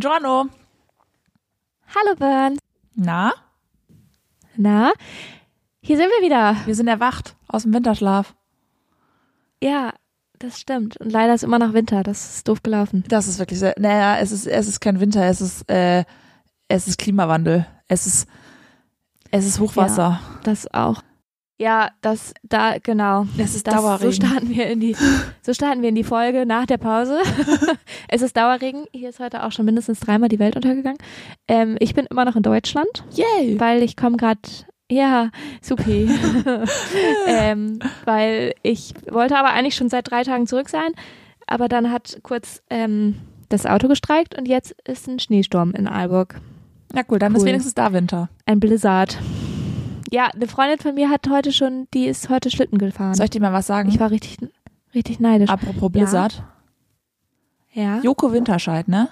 Buongiorno. Hallo Burns. Na, Na, hier sind wir wieder. wir sind erwacht aus dem Winterschlaf. Ja, das stimmt. Und leider ist immer noch Winter. Das ist doof gelaufen. Das ist wirklich sehr, naja, es ist, es ist kein Winter, es ist, äh, es ist Klimawandel. Es ist, es ist Hochwasser. Das auch. Ja, das da genau. Es ist das, Dauerregen. So starten wir in die so starten wir in die Folge nach der Pause. es ist Dauerregen. Hier ist heute auch schon mindestens dreimal die Welt untergegangen. Ähm, ich bin immer noch in Deutschland, Yay. weil ich komme gerade ja, supi. ähm, weil ich wollte aber eigentlich schon seit drei Tagen zurück sein, aber dann hat kurz ähm, das Auto gestreikt und jetzt ist ein Schneesturm in Aalborg Na cool, dann ist Cool. wenigstens da Winter. ein Blizzard. Ja, eine Freundin von mir hat heute schon, die ist heute Schlitten gefahren. Soll ich dir mal was sagen? ich war richtig, richtig neidisch. Apropos Blizzard. ja. Joko Winterscheid, ne?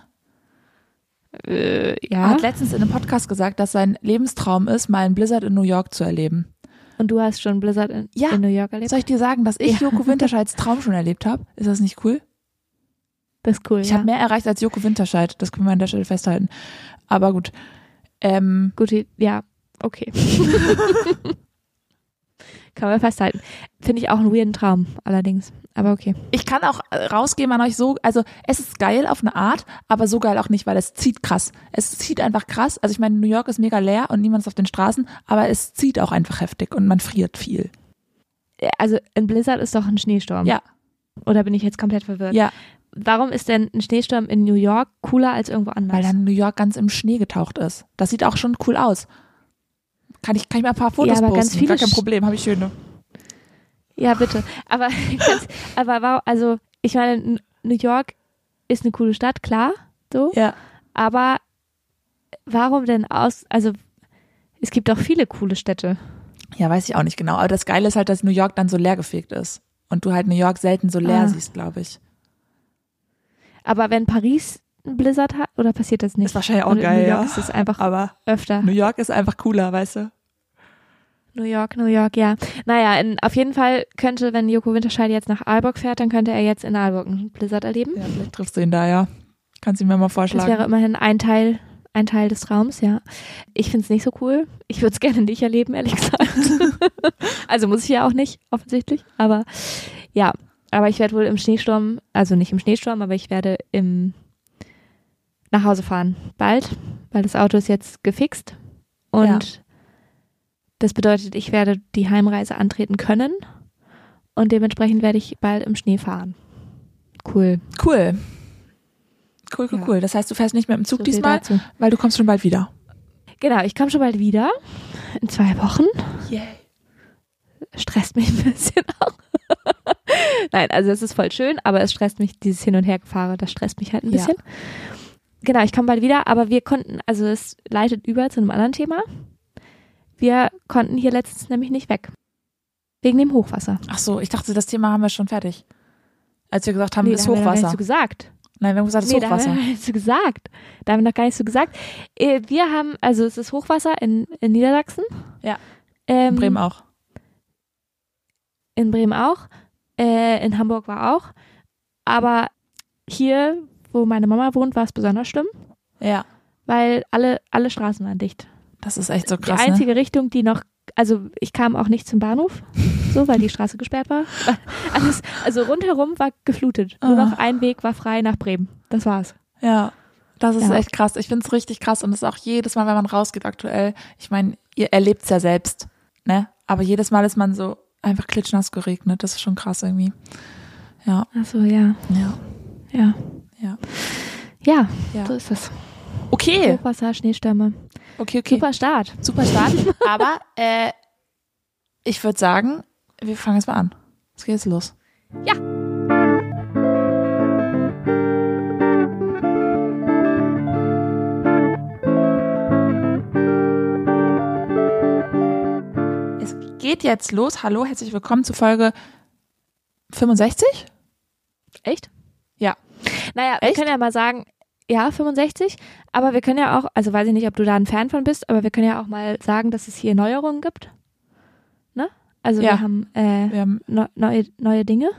Äh, Er ja. hat letztens in einem Podcast gesagt, dass sein Lebenstraum ist, mal einen Blizzard in New York zu erleben. Und du hast schon Blizzard in, Ja. in New York erlebt. Soll ich dir sagen, dass ich Joko Winterscheids Traum schon erlebt habe? Ist das nicht cool? Das ist cool. Ich ja. habe mehr erreicht als Joko Winterscheid. Das können wir an der Stelle festhalten. Aber gut. Ähm, Gute, ja, okay. Kann man festhalten. Finde ich auch einen weirden Traum, allerdings. Aber okay. ich kann auch äh, rausgeben an euch so, also es ist geil auf eine Art, aber so geil auch nicht, weil es zieht krass. Es zieht einfach krass. Also ich meine, New York ist mega leer und niemand ist auf den Straßen, aber es zieht auch einfach heftig und man friert viel. Äh, Also ein Blizzard ist doch ein Schneesturm. Ja. Oder bin ich jetzt komplett verwirrt? Ja, Warum ist denn ein Schneesturm in New York cooler als irgendwo anders? weil dann New York ganz im Schnee getaucht ist. Das sieht auch schon cool aus. Kann ich, kann ich mal ein paar Fotos aber posten? ganz viele Gar kein Sch- Problem, habe ich ne? schöne. Ja, bitte. Aber, ganz, aber wow, also ich meine, N- New York ist eine coole Stadt, klar, so. Ja. Aber warum denn aus, also es gibt auch viele coole Städte. Ja, weiß ich auch nicht genau. Aber das Geile ist halt, dass New York dann so leergefegt ist. Und du halt New York selten so leer Ah. siehst, glaube ich. Aber wenn Paris einen Blizzard hat, oder passiert das nicht? Ist wahrscheinlich auch Und in geil, New York ja. ist es einfach Aber öfter. New York ist einfach cooler, weißt du? New York, New York, ja. Naja, in, auf jeden Fall könnte, wenn Joko Winterscheid jetzt nach Aalborg fährt, dann könnte er jetzt in Aalborg einen Blizzard erleben. Ja, vielleicht triffst du ihn da, ja. Kannst ihn mir mal Das vorschlagen. wäre immerhin ein Teil, ein Teil des Traums, ja. Ich finde es nicht so cool. Ich würde es gerne nicht erleben, ehrlich gesagt. also muss ich ja auch nicht, offensichtlich. Aber ja, aber ich werde wohl im Schneesturm, also nicht im Schneesturm, aber ich werde im nach Hause fahren. Bald, weil das Auto ist jetzt gefixt. Und Ja. das bedeutet, ich werde die Heimreise antreten können. Und dementsprechend werde ich bald im Schnee fahren. Cool. cool. Cool, cool, Ja. cool. Das heißt, du fährst nicht mehr im Zug So viel diesmal, dazu. weil du kommst schon bald wieder. Genau, ich komme schon bald wieder. In zwei Wochen. Yay. Stresst mich ein bisschen auch. Nein, also es ist voll schön, aber es stresst mich, dieses Hin- und Hergefahre, das stresst mich halt ein Ja. bisschen. Genau, ich komme bald wieder, aber wir konnten, also es leitet über zu einem anderen Thema. Wir konnten hier letztens nämlich nicht weg. Wegen dem Hochwasser. Ach so, ich dachte, das Thema haben wir schon fertig. Als wir gesagt haben, Nee, ist da haben wir noch gar nicht Hochwasser. so gesagt. Nein, wir haben gesagt, es ist Nee, da haben wir Hochwasser. noch gar nicht so gesagt. Da haben wir noch gar nicht so gesagt. Äh, Wir haben, also es ist Hochwasser in, in Niedersachsen. Ja. Ähm, In Bremen auch. In Bremen auch. Äh, in Hamburg war auch. Aber hier, wo meine Mama wohnt, war es besonders schlimm, Ja. weil alle, alle Straßen waren dicht. Das ist echt so krass. die ne? einzige Richtung, die noch, also ich kam auch nicht zum Bahnhof, so, weil die Straße gesperrt war. Alles, also rundherum war geflutet. Nur Ah. noch ein Weg war frei nach Bremen. Das war's. Ja, das ist Ja. echt krass. Ich find's richtig krass und es ist auch jedes Mal, wenn man rausgeht aktuell, ich meine, ihr erlebt's ja selbst, ne? Aber jedes Mal ist man so einfach klitschnass geregnet. Das ist schon krass irgendwie. Ja, Ach so, ja, ja, ja. ja. Ja, Ja. so ist das. Okay, Hochwasser, Schneestürme. okay, okay. Super Start. Super Start. Aber äh, ich würde sagen, wir fangen jetzt mal an. Es geht jetzt los. Ja. Es geht jetzt los. Hallo, herzlich willkommen zu Folge 65? Echt? Ja. Naja, wir Echt? können ja mal sagen, ja, 65, aber wir können ja auch, also weiß ich nicht, ob du da ein Fan von bist, aber wir können ja auch mal sagen, dass es hier Neuerungen gibt. Ne? Also Ja. wir haben äh, Wir haben, neu- neue, neue Dinge.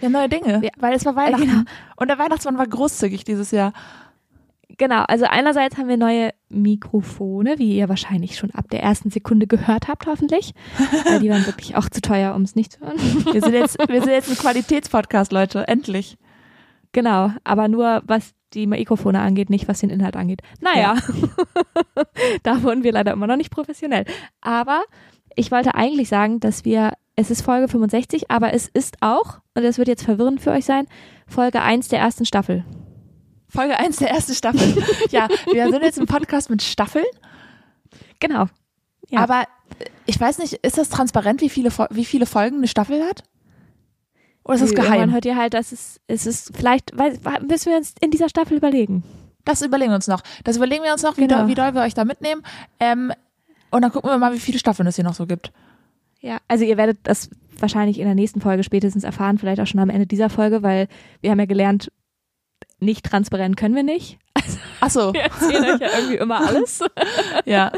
wir haben neue Dinge, Ja. weil es war Äh, Weihnachten. genau. Und der Weihnachtsmann war großzügig dieses Jahr. Genau, also einerseits haben wir neue Mikrofone, wie ihr wahrscheinlich schon ab der ersten Sekunde gehört habt, hoffentlich. Weil die waren wirklich auch zu teuer, um es nicht zu hören. Wir sind jetzt, wir sind jetzt ein Qualitätspodcast, Leute. Endlich. Genau, aber nur was die Mikrofone angeht, nicht was den Inhalt angeht. Naja, da wurden wir leider immer noch nicht professionell. Aber ich wollte eigentlich sagen, dass wir, es ist Folge 65, aber es ist auch, und das wird jetzt verwirrend für euch sein, Folge 1 der ersten Staffel. Folge 1 der ersten Staffel. ja, wir sind jetzt ein Podcast mit Staffeln, Genau. Ja. aber äh, ich weiß nicht, ist das transparent, wie viele, Fol- wie viele Folgen eine Staffel hat? Oder ist das Nö, geheim? Irgendwann hört ihr halt, dass es, es ist vielleicht, weiß, müssen wir uns in dieser Staffel überlegen. Das überlegen wir uns noch. Das überlegen wir uns noch, wie, Genau. doll, wie doll wir euch da mitnehmen. Ähm, und dann gucken wir mal, wie viele Staffeln es hier noch so gibt. Ja, also ihr werdet das wahrscheinlich in der nächsten Folge spätestens erfahren, vielleicht auch schon am Ende dieser Folge, weil wir haben ja gelernt, nicht transparent können wir nicht. Ach so, Wir erzählen euch ja irgendwie immer alles. ja.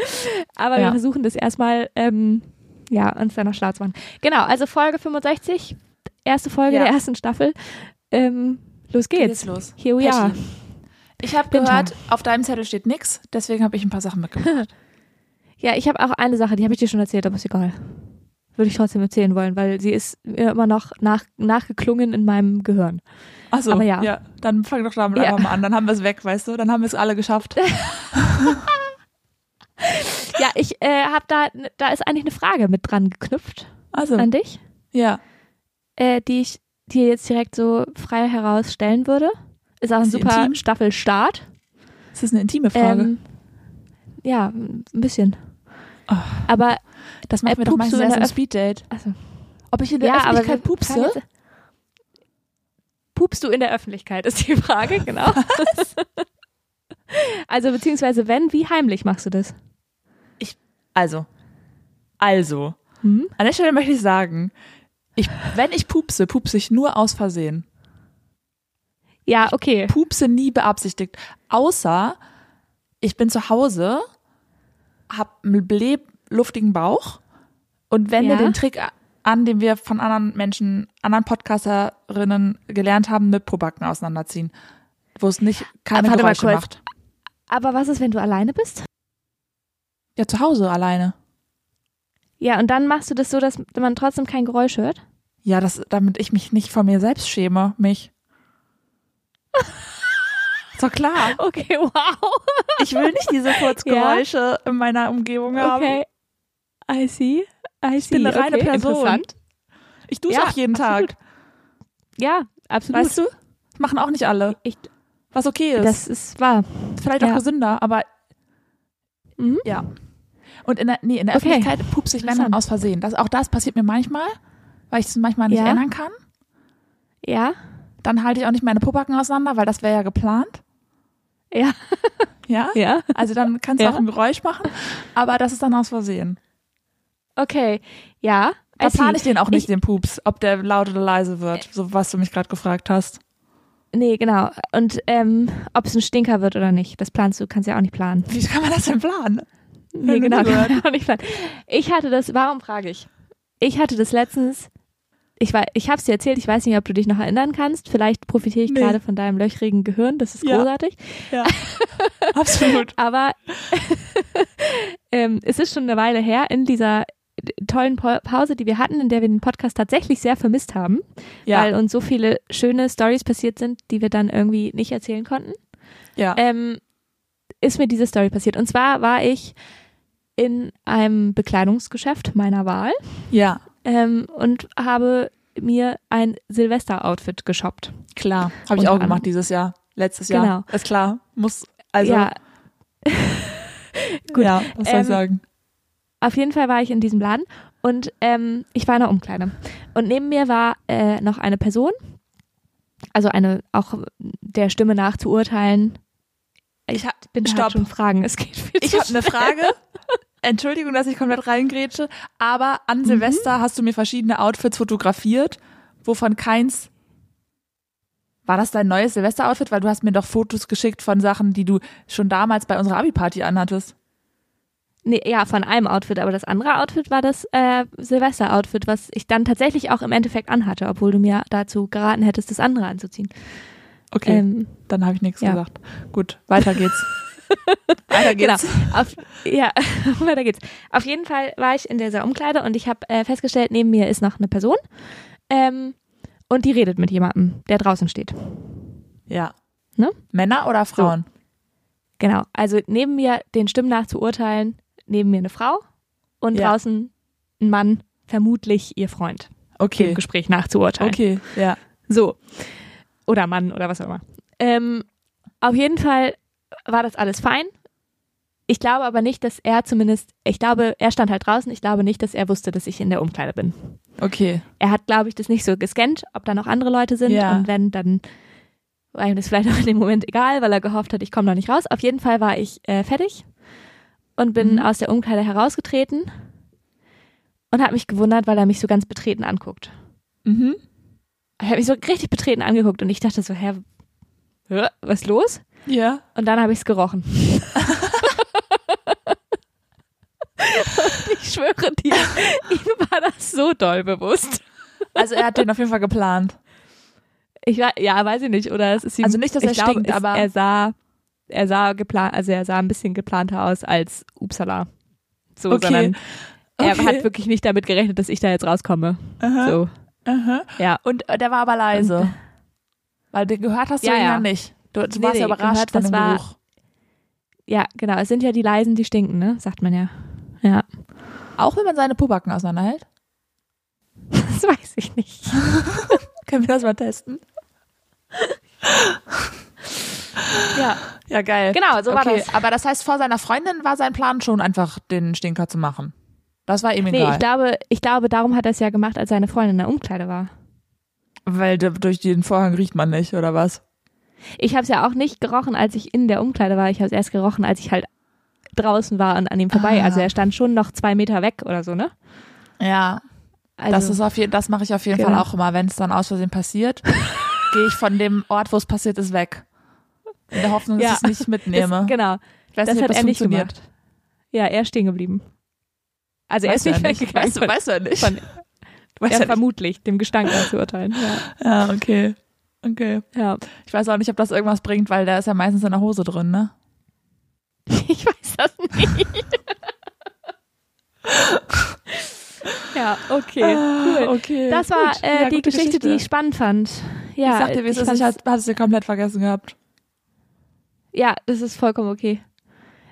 Aber Ja. wir versuchen das erstmal, ähm, ja, uns dann noch schlau zu machen. Genau, also Folge 65, erste Folge Ja. der ersten Staffel. Ähm, los geht's. los. Here we are. Petschi. Ich habe Winter. gehört, auf deinem Zettel steht nix, deswegen habe ich ein paar Sachen mitgebracht. Ja, ich habe auch eine Sache, die habe ich dir schon erzählt, aber ist egal. Würde ich trotzdem erzählen wollen, weil sie ist mir immer noch nach, nachgeklungen in meinem Gehirn. Achso, Aber ja. Dann fang doch damit Ja. einfach mal an, dann haben wir es weg, weißt du? Dann haben wir es alle geschafft. Ja, ich äh, habe da, da ist eigentlich eine Frage mit dran geknüpft Also, an dich, ja. äh, die ich dir jetzt direkt so frei herausstellen würde. Ist auch ein Ist sie super intim? Staffelstart. Es ist eine intime Frage. Ähm, ja, ein bisschen. Ah. Oh. Aber, das machen äh, wir doch pupst du meistens in erst der im Öff- Speeddate. also, Ob ich in der ja, aber Öffentlichkeit wir- pupse? Pupst du in der Öffentlichkeit, ist die Frage, genau. also, beziehungsweise wenn, wie heimlich machst du das? Also, also. Hm? An der Stelle möchte ich sagen, ich, wenn ich pupse, pupse ich nur aus Versehen. Ja, okay. pupse nie beabsichtigt. Außer ich bin zu Hause, hab einen bleb luftigen Bauch und wende Ja. den Trick a- an, den wir von anderen Menschen, anderen Podcasterinnen gelernt haben, mit Probacken auseinanderziehen. Wo es nicht keine Warte mal Geräusche kurz. macht. Aber was ist, wenn du alleine bist? Ja, zu Hause alleine. Ja, und dann machst du das so, dass man trotzdem kein Geräusch hört? Ja, das, damit ich mich nicht vor mir selbst schäme, mich. Ist doch klar. Okay, wow. Ich will nicht diese Furzgeräusche in meiner Umgebung haben. Okay. I see. I see. Ich bin eine reine okay, Person. Interessant. Ich dusche Ja, auch jeden absolut. Tag. Ja, absolut. Weißt du? Das machen auch nicht alle. Ich- was okay ist. das ist wahr. Vielleicht auch ja. gesünder, aber Mhm. ja. Und in der, nee, in der Okay. Öffentlichkeit pupse ich wenn dann Interessant. aus Versehen. Das, auch das passiert mir manchmal, weil ich es manchmal nicht Ja. ändern kann. Ja. Dann halte ich auch nicht meine Pubacken auseinander, weil das wäre ja geplant. Ja. Ja? Ja. Also dann kannst du Ja. auch ein Geräusch machen, aber das ist dann aus Versehen. Okay. Ja. Da I see. plane ich Äh. den auch nicht, Ich- den Pups, ob der laut oder leise wird, so was du mich gerade gefragt hast. Nee, genau. Und ähm, ob es ein Stinker wird oder nicht, das planst du, kannst ja auch nicht planen. Wie kann man das denn planen? Nee, Noch nie genau. gehört. kann man auch nicht planen. Ich hatte das, warum frage ich? Ich hatte das letztens, ich, war, ich habe es dir erzählt, ich weiß nicht, ob du dich noch erinnern kannst. Vielleicht profitiere ich Nee. gerade von deinem löchrigen Gehirn, das ist Ja. großartig. Ja. Absolut. Aber ähm, es ist schon eine Weile her in dieser äh, tollen Pa- Pause, die wir hatten, in der wir den Podcast tatsächlich sehr vermisst haben, Ja. weil uns so viele schöne Stories passiert sind, die wir dann irgendwie nicht erzählen konnten. ja. ähm, ist mir diese Story passiert. Und zwar war ich in einem Bekleidungsgeschäft meiner Wahl ja. ähm, und habe mir ein Silvester-Outfit geshoppt. Klar, habe ich Unter auch anderem. gemacht dieses Jahr, letztes Jahr. Genau. Ist klar, muss also ja, ja, gut. was soll Ähm, ich sagen? auf jeden Fall war ich in diesem Laden und ähm, ich war in der Umkleide. Und neben mir war äh, noch eine Person, also eine auch der Stimme nach zu urteilen. Ich hab- bin da stopp. halt schon Fragen. Es geht viel Ich zu habe eine Frage. Entschuldigung, dass ich komplett reingrätsche, aber an Mhm. Silvester hast du mir verschiedene Outfits fotografiert, wovon keins war das dein neues Silvester-Outfit? Weil du hast mir doch Fotos geschickt von Sachen, die du schon damals bei unserer Abi-Party anhattest. Nee, ja, von einem Outfit, aber das andere Outfit war das äh, Silvester-Outfit, was ich dann tatsächlich auch im Endeffekt anhatte, obwohl du mir dazu geraten hättest, das andere anzuziehen. Okay, Ähm, dann habe ich nichts ja. gesagt. Gut, weiter geht's. weiter genau. geht's. Auf, ja, weiter geht's. Auf jeden Fall war ich in dieser Umkleide und ich habe äh, festgestellt, neben mir ist noch eine Person ähm, und die redet mit jemandem, der draußen steht. Ja. Ne? Männer oder Frauen? Genau. Also neben mir, den Stimmen nach zu urteilen, neben mir eine Frau und Ja. draußen ein Mann, vermutlich ihr Freund, dem Okay. Gespräch nach zu urteilen. Okay, ja. So. Oder Mann oder was auch immer. Ähm, auf jeden Fall war das alles fein. Ich glaube aber nicht, dass er zumindest, ich glaube, er stand halt draußen. Ich glaube nicht, dass er wusste, dass ich in der Umkleide bin. Okay. Er hat, glaube ich, das nicht so gescannt, ob da noch andere Leute sind. Ja. Und wenn, dann war ihm das vielleicht auch in dem Moment egal, weil er gehofft hat, ich komme noch nicht raus. Auf jeden Fall war ich äh, fertig und bin Mhm. aus der Umkleide herausgetreten und habe mich gewundert, weil er mich so ganz betreten anguckt. Mhm. Er hat mich so richtig betreten angeguckt und ich dachte so, hä, hä, was ist los? Ja. Und dann habe ich es gerochen. und ich schwöre dir, ihm war das so doll bewusst. Also er hat den auf jeden Fall geplant. Ich war, ja, weiß ich nicht, oder es ist ihm, Also nicht, dass er ich glaube, stinkt, es- aber- er sah, er sah geplant, also er sah ein bisschen geplanter aus als Upsala. So, Okay. sondern er Okay. hat wirklich nicht damit gerechnet, dass ich da jetzt rauskomme. So, Aha. ja. Und äh, der war aber leise. Weil den gehört hast du Ja, ihn ja. ja nicht. Du, du Nee, warst ja nee, überrascht gehört, von das dem war- Geruch. Ja, genau. Es sind ja die Leisen, die stinken, ne? Sagt man ja. Ja. Auch wenn man seine Pobacken auseinanderhält. Das weiß ich nicht. Können wir das mal testen? Ja. Ja, geil. Genau, so okay. war das. Aber das heißt, vor seiner Freundin war sein Plan schon einfach, den Stinker zu machen. Das war ihm Nee, egal. ich glaube, ich glaube, darum hat er es ja gemacht, als seine Freundin in der Umkleide war. Weil d- durch den Vorhang riecht man nicht, oder was? Ich habe es ja auch nicht gerochen, als ich in der Umkleide war. Ich habe es erst gerochen, als ich halt draußen war und an ihm vorbei. Ah. Also er stand schon noch zwei Meter weg oder so, ne? Ja, Also, das ist auf jeden, das mache ich auf jeden Genau. Fall auch immer, wenn es dann aus Versehen passiert, gehe ich von dem Ort, wo es passiert ist, weg. In der Hoffnung, dass Ja. ich es nicht mitnehme. ist, genau. ich weiß das nicht, ob hat das er nicht funktioniert. gemacht. Ja, er ist stehen geblieben. Also Weißt er ist du ja nicht nicht. weggegangen. Weißt du- weißt du ja nicht. Von, Weiß ja, ja nicht. vermutlich, dem Gestank nach zu urteilen. Ja. ja, Ah, okay. Okay. ja. Ich weiß auch nicht, ob das irgendwas bringt, weil da ist ja meistens in der Hose drin, ne? Ich weiß das nicht. ja, okay, cool. Ah, okay. Das war Gut. äh, Ja, die gute Geschichte, die ich spannend fand. Ja, ich sagte, wie es ist, fand's- halt- ich hatte es dir komplett vergessen gehabt. ja, das ist vollkommen okay.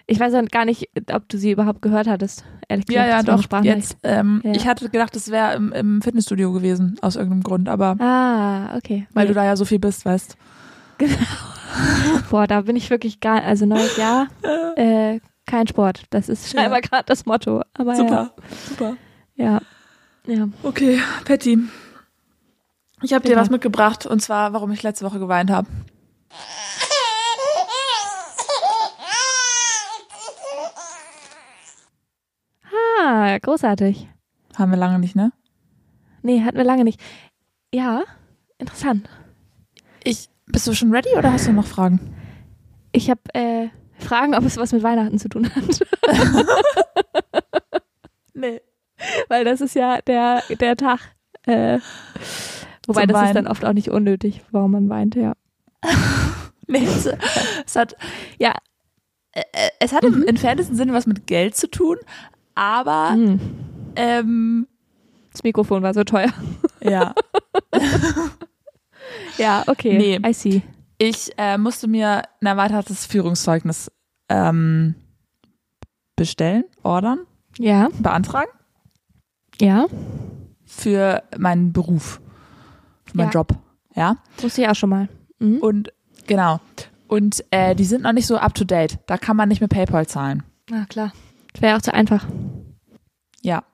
Ich weiß auch gar nicht, ob du sie überhaupt gehört hattest. Ehrlich gesagt, Ja, ja, das war eine doch. Sprachnachricht. Jetzt, ähm, Ja. Ich hatte gedacht, es wäre im, im Fitnessstudio gewesen, aus irgendeinem Grund, aber Ah, okay. weil Nee. du da ja so viel bist, weißt. Boah, da bin ich wirklich gar, also neues Jahr, äh, kein Sport. Das ist scheinbar gerade das Motto. Aber Super, super. Ja, ja. ja. Okay, Patty. Ich habe dir Bitte. was mitgebracht und zwar, warum ich letzte Woche geweint habe. Ah, großartig. Haben wir lange nicht, ne? Nee, hatten wir lange nicht. Ja, interessant. Ich. Bist du schon ready oder hast du noch Fragen? Ich habe äh, Fragen, ob es was mit Weihnachten zu tun hat. Nee. Weil das ist ja der, der Tag. Äh, wobei Zum das Weinen. ist dann oft auch nicht unnötig, warum man weint, ja. Nee, es, es hat, Ja. äh, es hat im entferntesten Sinne was mit Geld zu tun, aber Hm. ähm, Das Mikrofon war so teuer. ja, Ja, okay. Nee. I see. ich äh, musste mir ein erweitertes Führungszeugnis ähm, bestellen, ordern, Ja, beantragen ja. für meinen Beruf, für meinen Ja. Job, ja. Wusste ich auch schon mal. Mhm. Und genau. Und äh, die sind noch nicht so up to date. Da kann man nicht mit PayPal zahlen. Na Ah, klar. Das wäre auch zu einfach. Ja.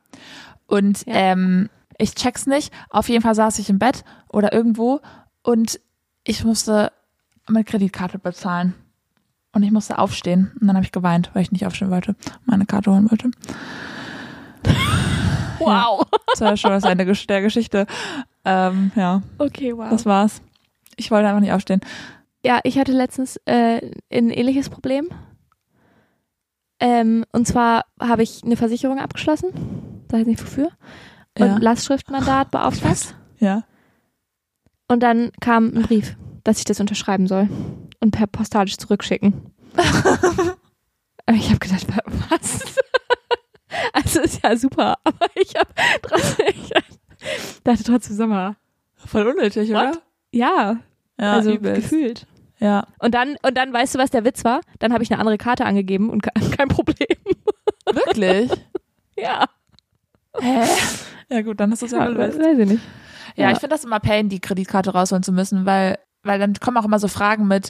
Und Ja. Ähm, ich check's nicht. Auf jeden Fall saß ich im Bett oder irgendwo und ich musste mit Kreditkarte bezahlen. Und ich musste aufstehen. Und dann habe ich geweint, weil ich nicht aufstehen wollte. Meine Karte holen wollte. Wow. Das war schon das Ende gesch- der Geschichte. Ähm, ja, Okay, wow. das war's. Ich wollte einfach nicht aufstehen. Ja, ich hatte letztens äh, ein ähnliches Problem. Ähm, und zwar habe ich eine Versicherung abgeschlossen, weiß nicht wofür, und Ja. Lastschriftmandat beauftragt. Ja. Und dann kam ein Brief dass ich das unterschreiben soll und per postalisch zurückschicken. Aber ich habe gedacht, was? also ist ja super, aber ich habe ich dachte trotzdem Sommer. Voll unnötig, What? oder? Ja, Ja, also übelst. gefühlt. Ja. Und dann und dann weißt du, was der Witz war? Dann habe ich eine andere Karte angegeben und ke- kein Problem. Wirklich? Ja. Hä? Ja gut, dann hast du es ja gelöst. weiß ich nicht. Ja, Ja. ich finde das immer Pain, die Kreditkarte rausholen zu müssen, weil, weil dann kommen auch immer so Fragen mit,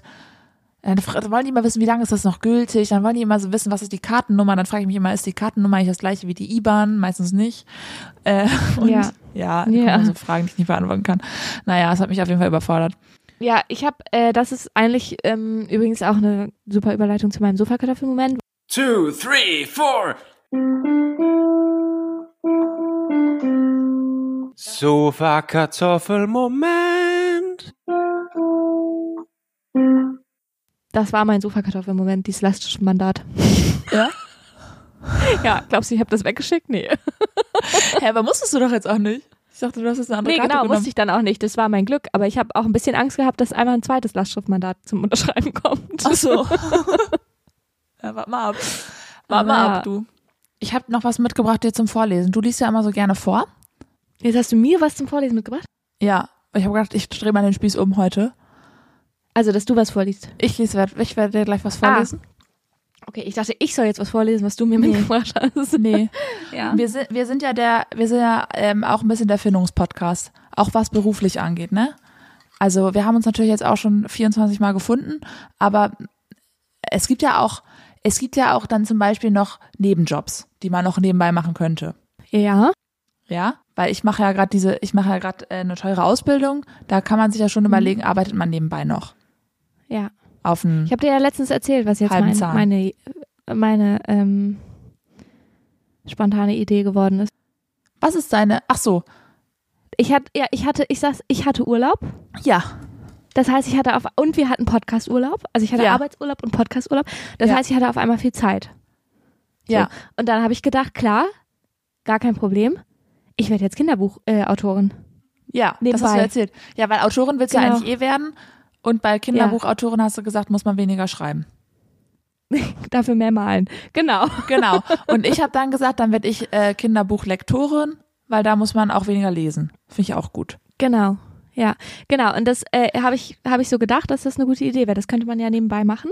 äh, dann fra- wollen die immer wissen, wie lange ist das noch gültig, dann wollen die immer so wissen, was ist die Kartennummer, dann frage ich mich immer, ist die Kartennummer eigentlich das gleiche wie die IBAN? Meistens nicht. Äh, und Ja. ja, ja, dann kommen Ja. immer so Fragen, die ich nicht beantworten kann. Naja, es hat mich auf jeden Fall überfordert. Ja, ich habe, äh, das ist eigentlich ähm, übrigens auch eine super Überleitung zu meinem Sofakartoffelmoment, two, three, four. Sofa Kartoffelmoment. Das war mein Sofakartoffelmoment, dieses elastische Mandat. Ja? Ja, glaubst du, ich habe das weggeschickt? Nee. Hä, aber musstest du doch jetzt auch nicht. Ich dachte, du hast jetzt eine andere Nee, Karte genau, genommen. musste ich dann auch nicht. Das war mein Glück. Aber ich habe auch ein bisschen Angst gehabt, dass einmal ein zweites Lastschriftmandat zum Unterschreiben kommt. Ach so. ja, warte mal ab. Warte Ja. mal ab, du. Ich habe noch was mitgebracht dir zum Vorlesen. Du liest ja immer so gerne vor. Jetzt hast du mir was zum Vorlesen mitgebracht? Ja, ich habe gedacht, ich drehe mal den Spieß um heute. Also, dass du was vorliest. Ich lese, werd- ich werde dir gleich was vorlesen. Ah. Okay, ich dachte, ich soll jetzt was vorlesen, was du mir mitgebracht hast. Nee. Ja. Wir sind, wir sind ja der, wir sind ja ähm, auch ein bisschen der Findungspodcast. Auch was beruflich angeht, ne? Also wir haben uns natürlich jetzt auch schon 24 Mal gefunden, aber es gibt ja auch, es gibt ja auch dann zum Beispiel noch Nebenjobs, die man noch nebenbei machen könnte. Ja. Ja, weil ich mache ja gerade diese, ich mache ja gerade äh, eine teure Ausbildung. Da kann man sich ja schon Mhm. überlegen, arbeitet man nebenbei noch Ja. auf einen Ich habe dir ja letztens erzählt, was jetzt Halben mein, Zahn. meine, meine ähm, spontane Idee geworden ist. Was ist deine? Ach so, Ich hatte, ja, ich hatte, ich saß, ich hatte Urlaub. ja, Das heißt, ich hatte auf und wir hatten Podcasturlaub, also ich hatte Ja. Arbeitsurlaub und Podcasturlaub. Das Ja. heißt, ich hatte auf einmal viel Zeit. ja. Und dann habe ich gedacht, klar, gar kein Problem. Ich werde jetzt Kinderbuchautorin. Äh, Autorin. Ja, das hast Nebenbei. du erzählt. Ja, weil Autorin willst du ja Genau. eigentlich eh werden. Und bei Kinderbuchautoren hast du gesagt, muss man weniger schreiben. Dafür mehr malen. Genau. Genau. Und ich habe dann gesagt, dann werde ich äh, Kinderbuchlektorin, weil da muss man auch weniger lesen. Finde ich auch gut. Genau. Ja, genau. Und das äh, habe ich, habe ich so gedacht, dass das eine gute Idee wäre. Das könnte man ja nebenbei machen.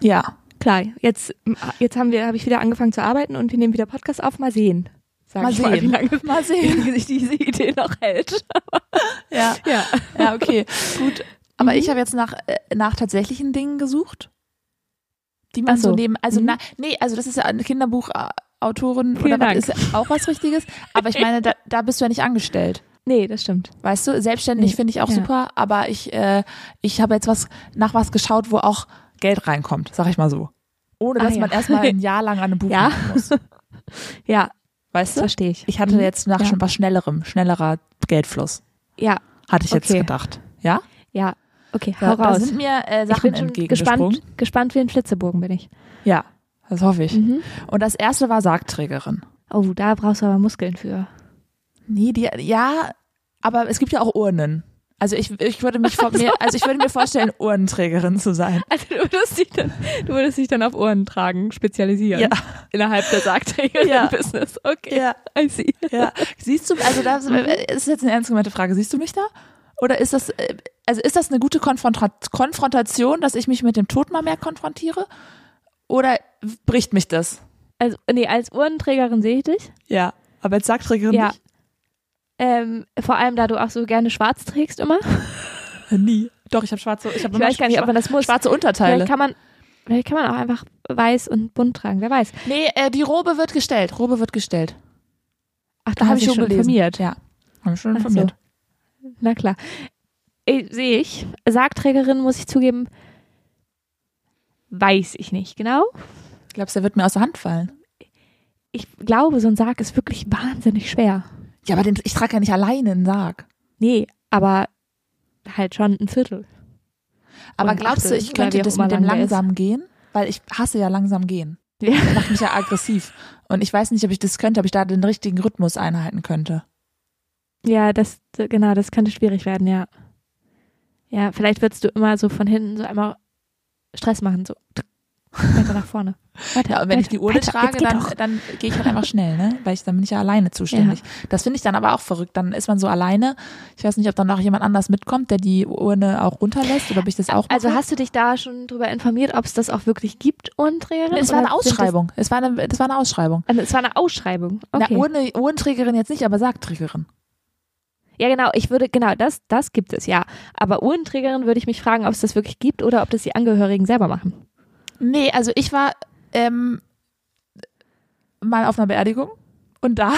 Ja. Klar, jetzt, jetzt haben wir, habe ich wieder angefangen zu arbeiten und wir nehmen wieder Podcast auf. Mal sehen. Sag Mal ich mal, wie sehen. lange Mal sehen. sich diese Idee noch hält. Ja, Ja. ja okay. Gut. Aber Mhm. ich habe jetzt nach, äh, nach tatsächlichen Dingen gesucht, die man Ach so. so. neben. Also, Mhm. na, nee, also das ist ja ein Kinderbuchautorin Vielen oder was Dank. ist ja auch was Richtiges. Aber ich meine, da, da bist du ja nicht angestellt. Nee, das stimmt. Weißt du, selbstständig Nee, finde ich auch ja. super, aber ich, äh, ich habe jetzt was nach was geschaut, wo auch Geld reinkommt, sag ich mal so. Ohne Ah, dass ja. man erstmal ein Jahr lang an einem Buch Ja. machen muss. Ja, Weißt das du? verstehe ich. Ich hatte jetzt nach Mhm. Ja. schon was schnellerem, schnellerer Geldfluss, Ja, hatte ich jetzt Okay. gedacht. Ja? ja. Okay, hau Da, da raus. sind mir äh, Sachen ich bin schon entgegengesprungen. gespannt, gespannt wie ein Flitzebogen bin ich. Ja, das hoffe ich. Mhm. Und das erste war Sargträgerin. Oh, da brauchst du aber Muskeln für. Nee, die, ja, aber es gibt ja auch Urnen. Also ich, ich würde mich vor mir, also ich würde mir vorstellen, Urnenträgerin zu sein. Also du würdest dich dann, du würdest dich dann auf Ohren tragen, spezialisieren. Ja. Innerhalb der Sargträgerin-Business. Okay. Ja. I see. Ja, siehst du, also da es ist jetzt eine ernst gemeinte Frage, siehst du mich da? Oder ist das, äh, also ist das eine gute Konfrontra Konfrontation, dass ich mich mit dem Tod mal mehr konfrontiere? Oder bricht mich das? Also, nee, als Ohrenträgerin sehe ich dich. Ja, aber jetzt sagt Regerin Ja. Ähm, vor allem, da du auch so gerne schwarz trägst immer. äh, nie. Doch, ich habe schwarze, ich habe Ich weiß gar nicht, ob man das muss. schwarze Unterteile. Vielleicht kann man, vielleicht kann man auch einfach weiß und bunt tragen, wer weiß. Nee, äh, die Robe wird gestellt. Robe wird gestellt. Ach, du Da habe hast ich dich schon schon gelesen. informiert. Ja, habe ich schon Ach so. informiert. Na klar. Eh, Sehe ich. Sargträgerin, muss ich zugeben, weiß ich nicht genau. Glaubst du, der wird mir aus der Hand fallen? Ich glaube, so ein Sarg ist wirklich wahnsinnig schwer. Ja, aber den, ich trage ja nicht alleine einen Sarg. Nee, aber halt schon ein Viertel. Aber Und glaubst du, Achtel, ich oder könnte wie auch das immer mit dem lang der ist. langsam gehen? Weil ich hasse ja langsam gehen. Ja. Das macht mich ja aggressiv. Und ich weiß nicht, ob ich das könnte, ob ich da den richtigen Rhythmus einhalten könnte. Ja, das, genau, das könnte schwierig werden, ja. Ja, vielleicht würdest du immer so von hinten so einmal Stress machen, so weiter nach vorne. Weiter, Ja, und wenn ich weiter, die Uhr weiter, jetzt trage, geht dann, doch. dann gehe ich halt einfach schnell, ne? Weil ich, dann bin ich ja alleine zuständig. Das finde ich dann aber auch verrückt. Dann ist man so alleine. Ich weiß nicht, ob dann noch jemand anders mitkommt, der die Urne auch runterlässt oder ob ich das auch mache. Also hast du dich da schon drüber informiert, ob es das auch wirklich gibt und Rehren? es war Oder eine sind das- Ausschreibung. Es war eine, das war eine Ausschreibung. Also es war eine Ausschreibung. Okay. Na, Urne, Uhrenträgerin jetzt nicht, aber Sargträgerin. ja, genau, ich würde, genau, das, das gibt es, ja. Aber Uhrenträgerin würde ich mich fragen, ob es das wirklich gibt oder ob das die Angehörigen selber machen. Nee, also ich war ähm, mal auf einer Beerdigung und da.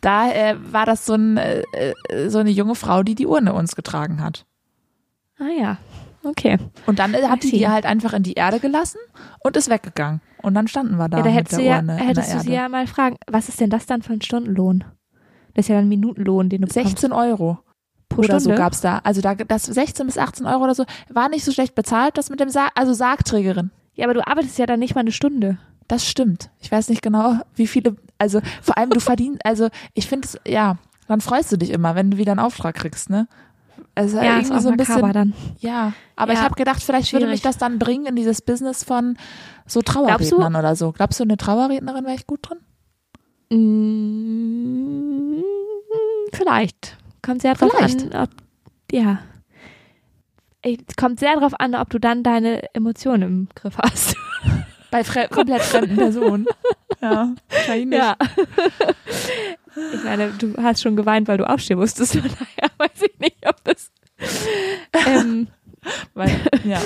da äh, war das so, ein, äh, äh, so eine junge Frau, die die Urne uns getragen hat. Ah ja. Okay. Und dann äh, hat die I see. die halt einfach in die Erde gelassen und ist weggegangen. Und dann standen wir da. Ja, da mit hättest der du ja, Urne in hättest der du sie Erde. ja mal fragen, was ist denn das dann für ein Stundenlohn? Das ist ja dann ein Minutenlohn, den du bekommst 16 Euro pro oder so Stunde. gab's da. Also da das 16 bis 18 Euro oder so war nicht so schlecht bezahlt, das mit dem Sarg, also Sargträgerin. ja, aber du arbeitest ja dann nicht mal eine Stunde. Das stimmt. Ich weiß nicht genau, wie viele, also vor allem du verdienst, also ich finde es, ja, dann freust du dich immer, wenn du wieder einen Auftrag kriegst, ne? Also Ja, ist irgendwie auch so ein bisschen, makaber dann. ja. Aber Ja. ich habe gedacht, vielleicht würde mich Schwierig. das dann bringen in dieses Business von so du? Trauerrednern oder so. Glaubst du, eine Trauerrednerin wäre ich gut drin? Mm, Vielleicht. Kommt sehr drauf Vielleicht. an, ob, ja. Ey, Es kommt sehr drauf an, ob du dann deine Emotionen im Griff hast. Bei fre komplett fremden Personen. ja, wahrscheinlich nicht. ich meine, du hast schon geweint, weil du aufstehen musstest. Von daher weiß ich nicht, ob das. ähm, Weil, ja.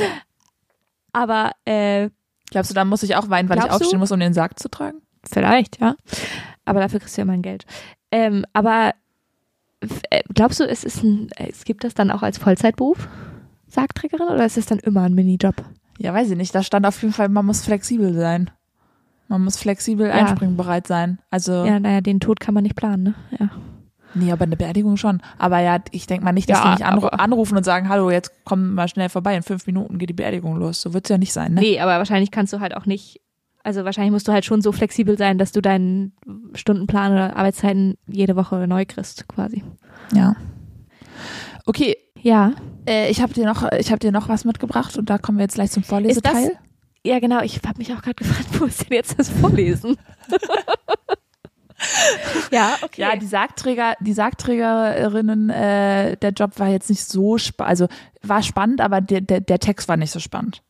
aber äh, Glaubst du, dann muss ich auch weinen, weil ich Glaubst du? aufstehen muss, um den Sarg zu tragen? Vielleicht, ja. Aber dafür kriegst du ja mein Geld. Ähm, aber f- äh, glaubst du, es, ist ein, es gibt das dann auch als Vollzeitberuf, Sargträgerin, oder ist es dann immer ein Minijob? Ja, weiß ich nicht. Da stand auf jeden Fall, man muss flexibel sein. Man muss flexibel Ja. einspringbereit sein. Also, Ja, naja, den Tod kann man nicht planen, ne? Ja. nee, aber eine Beerdigung schon. Aber ja, ich denke mal nicht, dass Ja, die mich anru aber- anrufen und sagen, hallo, jetzt komm mal schnell vorbei, in fünf Minuten geht die Beerdigung los. So wird's ja nicht sein, ne? Nee, aber wahrscheinlich kannst du halt auch nicht, also wahrscheinlich musst du halt schon so flexibel sein, dass du deinen Stundenplan oder Arbeitszeiten jede Woche neu kriegst, quasi. Ja. Okay, Ja. äh, ich habe dir, noch- ich hab dir noch was mitgebracht und da kommen wir jetzt gleich zum Vorleseteil. Ja, genau. Ich habe mich auch gerade gefragt, wo ist denn jetzt das Vorlesen? ja, okay. Ja, die Sargträger, die Sargträgerinnen, äh, der Job war jetzt nicht so spannend, also war spannend, aber der, der, der Text war nicht so spannend.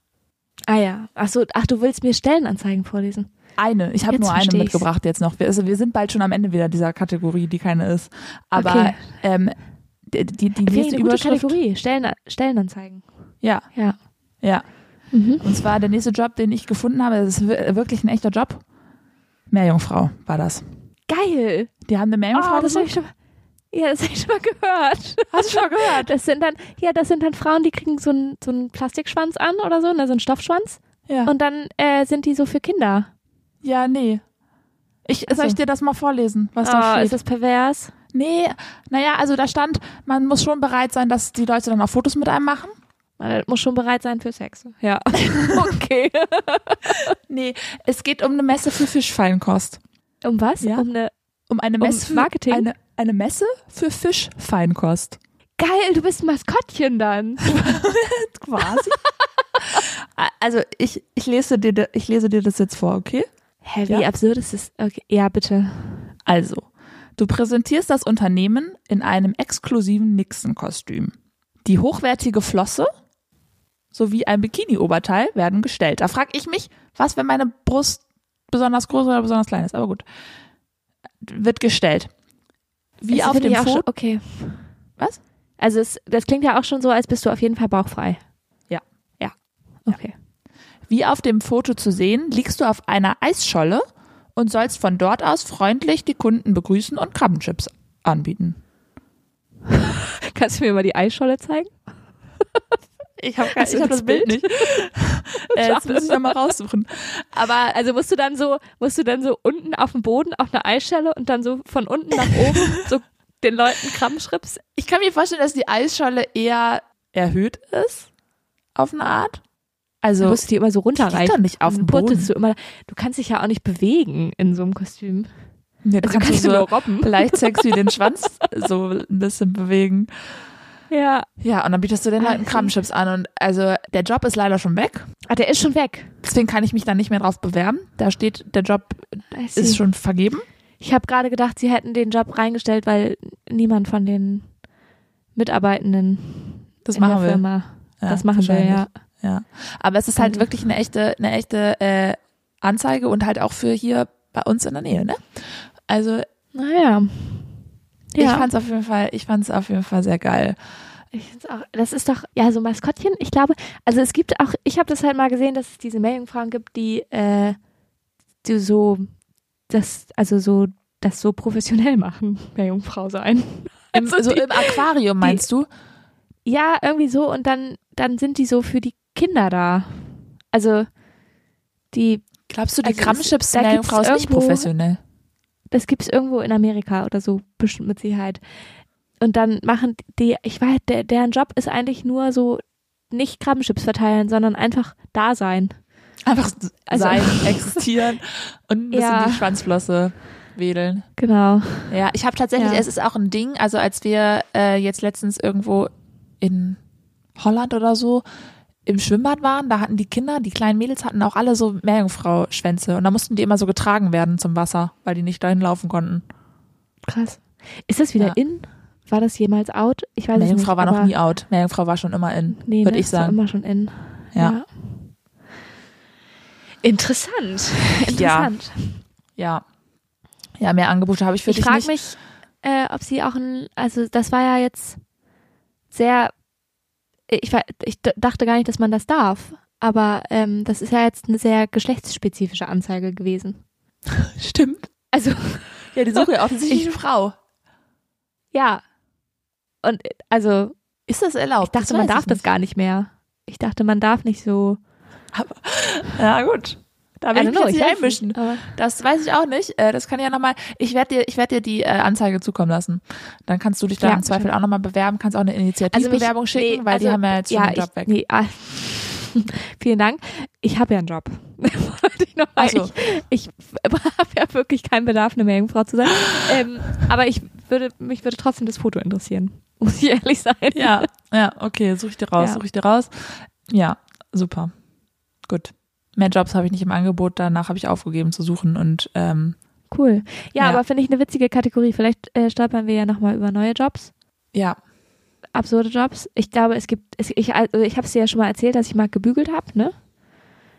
Ah ja, ach so, ach du willst mir Stellenanzeigen vorlesen. Eine, ich habe Jetzt nur eine versteh ich's. mitgebracht jetzt noch. Wir, also wir sind bald schon am Ende wieder dieser Kategorie, die keine ist. Aber Okay. ähm, die, die, die Finde ich nächste eine gute Überschrift, Kategorie, Stellen, Stellenanzeigen. ja, Ja. ja. Mhm. Und zwar der nächste Job, den ich gefunden habe, das ist wir- wirklich ein echter Job. Meerjungfrau war das. Geil. Die haben eine Meerjungfrau Oh, das habe gesucht. ich schon mal, ja, das habe ich schon mal gehört. Hast du schon gehört? Das sind dann, ja, das sind dann Frauen, die kriegen so einen so einen Plastikschwanz an oder so, ne, so einen Stoffschwanz. Ja. Und dann äh, sind die so für Kinder. ja, nee. Ich, Ach so. soll ich dir das mal vorlesen, was da Oh, steht? ist das pervers? Nee, naja, also da stand, man muss schon bereit sein, dass die Leute dann auch Fotos mit einem machen. Man muss schon bereit sein für Sex. Ja. okay. Nee, es geht um eine Messe für Fischfeinkost. Um was? Ja. Um eine. Um eine Um Messe für- Marketing? Eine, eine Messe für Fischfeinkost. Geil, du bist ein Maskottchen dann. Quasi. also ich, ich, lese dir, da- ich lese dir das jetzt vor, okay? Hä, wie Ja. absurd ist das? Okay. Ja, bitte. Also, du präsentierst das Unternehmen in einem exklusiven Nixon-Kostüm. Die hochwertige Flosse sowie ein Bikini-Oberteil werden gestellt. Da frage ich mich, was, wenn meine Brust besonders groß oder besonders klein ist? Aber gut. Wird gestellt. Wie Also auf finde dem ich auch schon- Foto. Okay. Was? Also es, das klingt ja auch schon so, als bist du auf jeden Fall bauchfrei. Ja. Ja. Okay. Wie auf dem Foto zu sehen, liegst du auf einer Eisscholle und sollst von dort aus freundlich die Kunden begrüßen und Krabbenchips anbieten. Kannst du mir mal die Eisscholle zeigen? Ich habe Hast du das Bild? nicht. äh, das muss ich nochmal raussuchen. Aber also musst du dann so, musst du dann so unten auf dem Boden auf einer Eisscholle und dann so von unten nach oben so den Leuten Krabbenschrips. Ich kann mir vorstellen, dass die Eisscholle eher erhöht ist, auf eine Art. Du Also, musst die immer so die liegt runterreichen. doch nicht auf Dann dem Boden. purzelst Du, immer, du kannst dich ja auch nicht bewegen in so einem Kostüm. Ja, da Also kannst kann du ich so nur robben. leicht sexy den Schwanz so ein bisschen bewegen. Ah, Ja. Ja, und dann bietest du den Leuten Krabbenchips an. Und also der Job ist leider schon weg. Ah, der ist schon weg. Deswegen kann ich mich dann nicht mehr drauf bewerben. Da steht, der Job Ah, ist schon vergeben. Ich habe gerade gedacht, sie hätten den Job reingestellt, weil niemand von den Mitarbeitenden Das in machen der wir. Firma. Ja, das machen wir, wahrscheinlich. ja. Ja. Aber es ist halt wirklich eine echte, eine echte äh, Anzeige und halt auch für hier bei uns in der Nähe, ne? Also Naja. ich fand's auf jeden Fall, ich fand's auf jeden Fall sehr geil. Ich find's auch, das ist doch, ja, so Maskottchen, ich glaube, also es gibt auch, ich habe das halt mal gesehen, dass es diese Meerjungfrauen gibt, die, äh, die so, das, also so, das so professionell machen, Meerjungfrau sein. Im, Also so die- im Aquarium meinst du? Ja, irgendwie so und dann, dann sind die so für die Kinder da. Also, die, Glaubst du, die Also es- Krabbenchips da gibt's Frau ist nicht irgendwo- professionell? das gibt's irgendwo in Amerika oder so, bestimmt mit Sicherheit. Und dann machen die, ich weiß, der, deren Job ist eigentlich nur so, nicht Krabbenchips verteilen, sondern einfach da sein. Einfach Also- sein, existieren und ein bisschen Ja. die Schwanzflosse wedeln. Genau. Ja, ich habe tatsächlich, Ja. es ist auch ein Ding, also als wir äh, jetzt letztens irgendwo in Holland oder so im Schwimmbad waren, da hatten die Kinder, die kleinen Mädels hatten auch alle so Meerjungfrau-Schwänze und da mussten die immer so getragen werden zum Wasser, weil die nicht dahin laufen konnten. Krass. Ist das wieder Ja. in? War das jemals out? Ich weiß es nicht. Meerjungfrau war noch aber- nie out. Meerjungfrau war schon immer in, nee, würde ne, ich es war sagen. immer schon in. Ja. Interessant. Interessant. Ja. Ja, mehr Angebote habe ich für ich dich frage nicht. mich, äh, ob sie auch ein, also das war ja jetzt sehr, ich, war, ich d- dachte gar nicht, dass man das darf, aber ähm, das ist ja jetzt eine sehr geschlechtsspezifische Anzeige gewesen. Stimmt. Also Ja, die suchen ja offensichtlich eine Frau. ja. Und äh, also Ist das erlaubt? Ich dachte, man darf das gar nicht mehr. Ich dachte, man darf nicht so. Ja, gut. Da will ich I don't mich know, jetzt nicht weiß einmischen. nicht, aber- Das weiß ich auch nicht. Äh, Das kann ich ja nochmal. Ich werde dir, ich werd dir die äh, Anzeige zukommen lassen. Dann kannst du dich da Ja, Also im Zweifel auch nochmal bewerben, kannst auch eine Initiativbewerbung mich- schicken, nee, weil die also- haben ja jetzt schon ja, einen Job ich, weg. Nee, ah, vielen Dank. Ich habe ja einen Job. Wollte ich noch mal- Ach so. Ich, ich habe ja wirklich keinen Bedarf, eine Meerjungfrau zu sein. ähm, aber ich würde, mich würde trotzdem das Foto interessieren. Muss ich ehrlich sein. Ja, ja, okay, suche ich dir raus, Ja. suche ich dir raus. Ja, super. Gut. Mehr Jobs habe ich nicht im Angebot, danach habe ich aufgegeben zu suchen und ähm, Cool. Ja, Ja. aber finde ich eine witzige Kategorie. Vielleicht äh, stolpern wir ja nochmal über neue Jobs. ja, absurde Jobs. Ich glaube, es gibt, es, ich, also ich habe es dir ja schon mal erzählt, dass ich mal gebügelt habe, ne?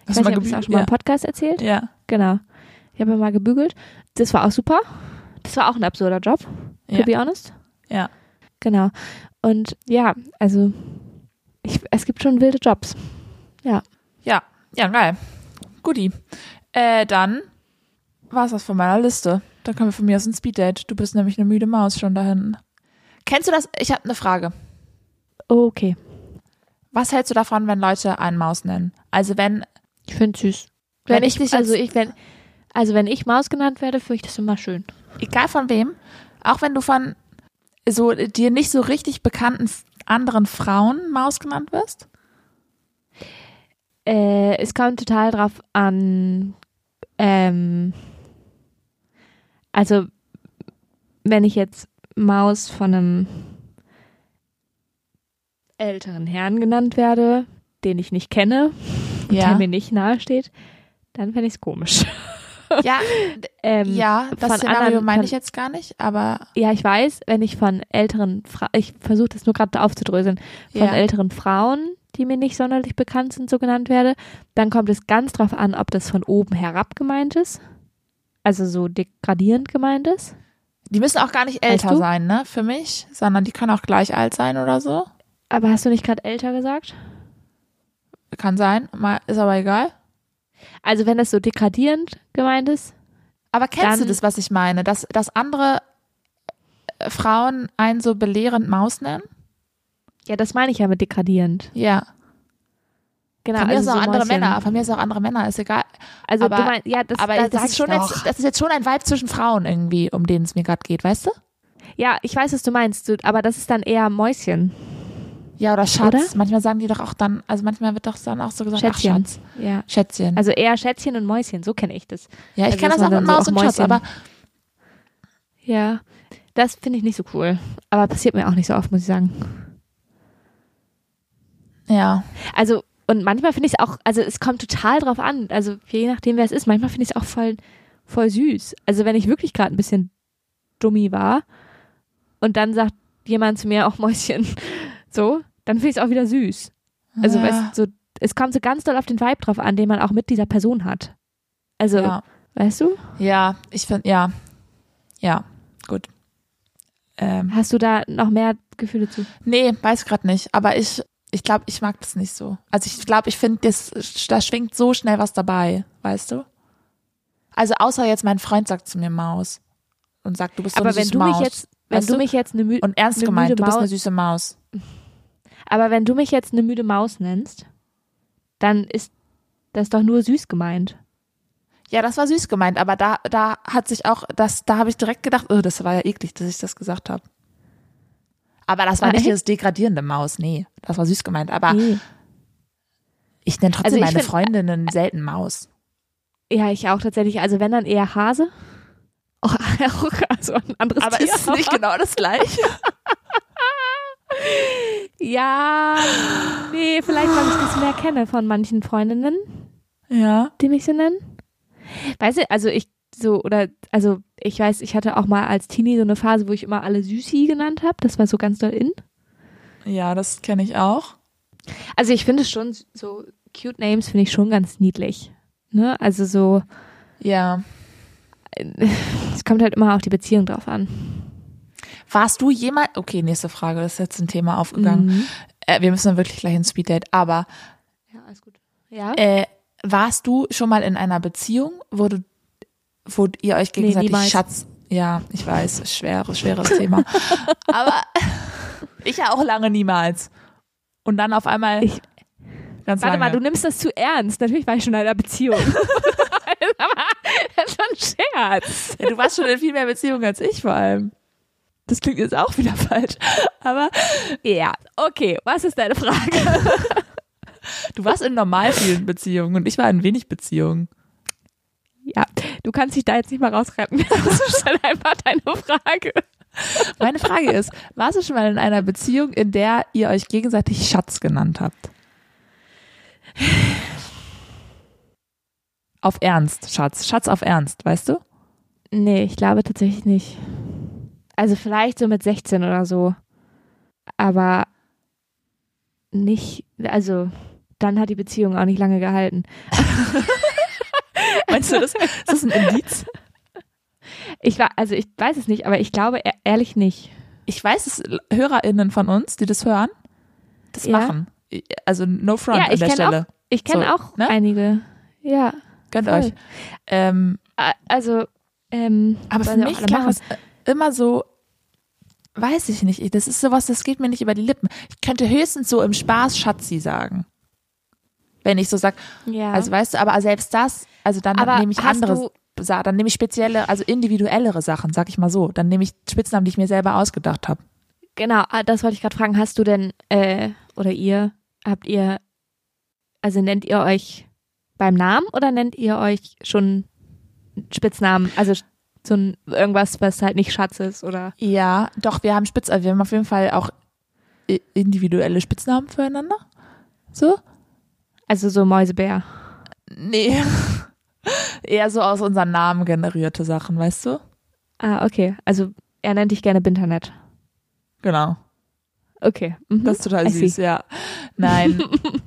Hast ich du mal weiß nicht, ob ich es auch gebügelt? schon mal Ja. im Podcast erzählt. ja, Genau. Ich habe ja mal gebügelt. Das war auch super. Das war auch ein absurder Job, to Ja. be honest. Ja. Genau. Und ja, also ich, es gibt schon wilde Jobs. ja, geil. Guti. Äh, dann war es das von meiner Liste. Dann können wir von mir aus ein Speeddate. Du bist nämlich eine müde Maus schon da hinten. Kennst du das? Ich habe eine Frage. Oh, Okay. Was hältst du davon, wenn Leute einen Maus nennen? Also wenn, Ich finde süß. Wenn Wenn, ich ich, dich jetzt- also ich, wenn, also wenn ich Maus genannt werde, finde ich das immer schön. egal von wem, auch wenn du von so dir nicht so richtig bekannten f- anderen Frauen Maus genannt wirst? Äh, es kommt total drauf an. Ähm, also, wenn ich jetzt Maus von einem älteren Herrn genannt werde, den ich nicht kenne, der mir nicht nahesteht, dann fände ich es komisch. Ja, d- Ähm, ja, das von Szenario anderen- meine von- ich jetzt gar nicht, aber ja, ich weiß, wenn ich von älteren Frauen, ich versuche das nur gerade aufzudröseln, von ja. älteren Frauen, die mir nicht sonderlich bekannt sind, so genannt werde. Dann kommt es ganz drauf an, ob das von oben herab gemeint ist. Also so degradierend gemeint ist. die müssen auch gar nicht älter du? sein, ne, für mich, sondern die können auch gleich alt sein oder so. Aber hast du nicht gerade älter gesagt? Kann sein, mal, ist aber egal. Also wenn das so degradierend gemeint ist, Aber kennst du Dann- das, was ich meine, dass, dass andere äh, Frauen einen so belehrend Maus nennen? ja, das meine ich ja mit degradierend. Ja. Genau. Von mir also aus so auch andere Mäuschen. Männer. Von mir aus auch andere Männer. Ist egal. Also Aber- du meinst, ja, das, Aber da das, sag ist schon ich doch. jetzt, das ist jetzt schon ein Vibe zwischen Frauen irgendwie, um den es mir gerade geht, weißt du? Ja, ich weiß, was du meinst, du, aber das ist dann eher Mäuschen. Ja, oder Schatz. Oder? Manchmal sagen die doch auch dann, also manchmal wird doch dann auch so gesagt, Schätzchen. ach Schatz, Ja. Schätzchen. Also eher Schätzchen und Mäuschen, so kenne ich das. ja, ich also kenne dass das auch mit man dann so Maus auch und Schatz, Mäuschen- aber Ja. Das finde ich nicht so cool. Aber passiert mir auch nicht so oft, muss ich sagen. Ja. Also, und manchmal finde ich es auch, also es kommt total drauf an. Also, je nachdem, wer es ist, manchmal finde ich es auch voll, voll süß. Also, wenn ich wirklich gerade ein bisschen dummi war und dann sagt jemand zu mir auch Mäuschen, so, dann finde ich es auch wieder süß. Also, ja. weißt du, so, es kommt so ganz doll auf den Vibe drauf an, den man auch mit dieser Person hat. Also, ja. weißt du, ja, ich finde, ja. Ja, gut. Ähm, hast du da noch mehr Gefühle zu? nee, weiß gerade nicht. Aber ich, ich glaube, ich mag das nicht so. Also ich glaube, ich finde, das, da schwingt so schnell was dabei, weißt du? Also außer jetzt mein Freund sagt zu mir Maus und sagt, du bist so Aber eine wenn süße du Maus. mich jetzt, wenn Weißt du du? mich jetzt eine Mü und ernst eine gemeint, müde du bist eine Maus- süße Maus. Aber wenn du mich jetzt eine müde Maus nennst, dann ist das doch nur süß gemeint. Ja, das war süß gemeint, aber da, da hat sich auch, das, da habe ich direkt gedacht, oh, das war ja eklig, dass ich das gesagt habe. Aber das war nicht Echt? dieses degradierende Maus, nee, das war süß gemeint. Aber Nee. ich nenne trotzdem Also ich meine find- Freundinnen selten Maus. Ja, ich auch tatsächlich. Also wenn dann eher Hase. Auch, auch also ein anderes Aber Tier. ist es nicht genau das gleiche? Ja, nee, vielleicht weil ich das mehr kenne von manchen Freundinnen, ja. die mich so nennen. Weißt du, also ich so oder also ich weiß, ich hatte auch mal als Teenie so eine Phase, wo ich immer alle Süßi genannt habe. Das war so ganz doll in. Ja, das kenne ich auch. Also ich finde schon so cute Names finde ich schon ganz niedlich. Ne? Also so, Ja. es kommt halt immer auf die Beziehung drauf an. Warst du jemand, okay, nächste Frage, das ist jetzt ein Thema aufgegangen. Äh, wir müssen dann wirklich gleich ins Speeddate, aber Ja, alles gut. Ja. Äh, warst du schon mal in einer Beziehung, wo du, wo ihr euch gegenseitig niemals. Schatz? Ja, ich weiß, schweres, schweres Thema. Aber ich ja auch lange niemals. Und dann auf einmal Ich- ganz lange. Warte mal, du nimmst das zu ernst. Natürlich war ich schon in einer Beziehung. Aber das ist schon ein Scherz. ja, du warst schon in viel mehr Beziehungen als ich vor allem. Das klingt jetzt auch wieder falsch. Aber Ja, okay. Was ist deine Frage? du warst in normal vielen Beziehungen und ich war in wenig Beziehungen. Ja, du kannst dich da jetzt nicht mal rausretten. Das ist dann einfach deine Frage. Meine Frage ist, warst du schon mal in einer Beziehung, in der ihr euch gegenseitig Schatz genannt habt? Auf Ernst, Schatz. Schatz auf Ernst, weißt du? Nee, ich glaube tatsächlich nicht. Also vielleicht so mit 16 oder so. Aber nicht, also dann hat die Beziehung auch nicht lange gehalten. Meinst du das? Ist das ein Indiz? Ich war, also ich weiß es nicht, aber ich glaube e- ehrlich nicht. Ich weiß es, HörerInnen von uns, die das hören, das Ja. machen. Also no front Ja, an ich der kenn Stelle. Ich kenne So, auch ne? einige. Ja. Gönnt voll. euch. Ähm, A- Also, ähm, aber für sollen sie auch mich alle klang machen. es immer so, weiß ich nicht, ich- das ist sowas, das geht mir nicht über die Lippen. Ich könnte höchstens so im Spaß Schatzi sagen. Wenn ich so sag, Ja. Also weißt du, aber selbst das, also dann aber nehme ich hast andere, du, Sa- dann nehme ich spezielle, also individuellere Sachen, sag ich mal so. Dann nehme ich Spitznamen, die ich mir selber ausgedacht habe. genau, ah, das wollte ich gerade fragen. Hast du denn, äh, oder ihr, habt ihr, also nennt ihr euch beim Namen oder nennt ihr euch schon Spitznamen? Also so ein, irgendwas, was halt nicht Schatz ist oder? Ja, doch, wir haben Spitz, also wir haben auf jeden Fall auch i- individuelle Spitznamen füreinander. So? Also so Mäusebär. Nee. Eher so aus unseren Namen generierte Sachen, weißt du? Ah, okay. Also er nennt dich gerne Binternet. Genau. Okay. Mhm. Das ist total I süß, see. ja. Nein,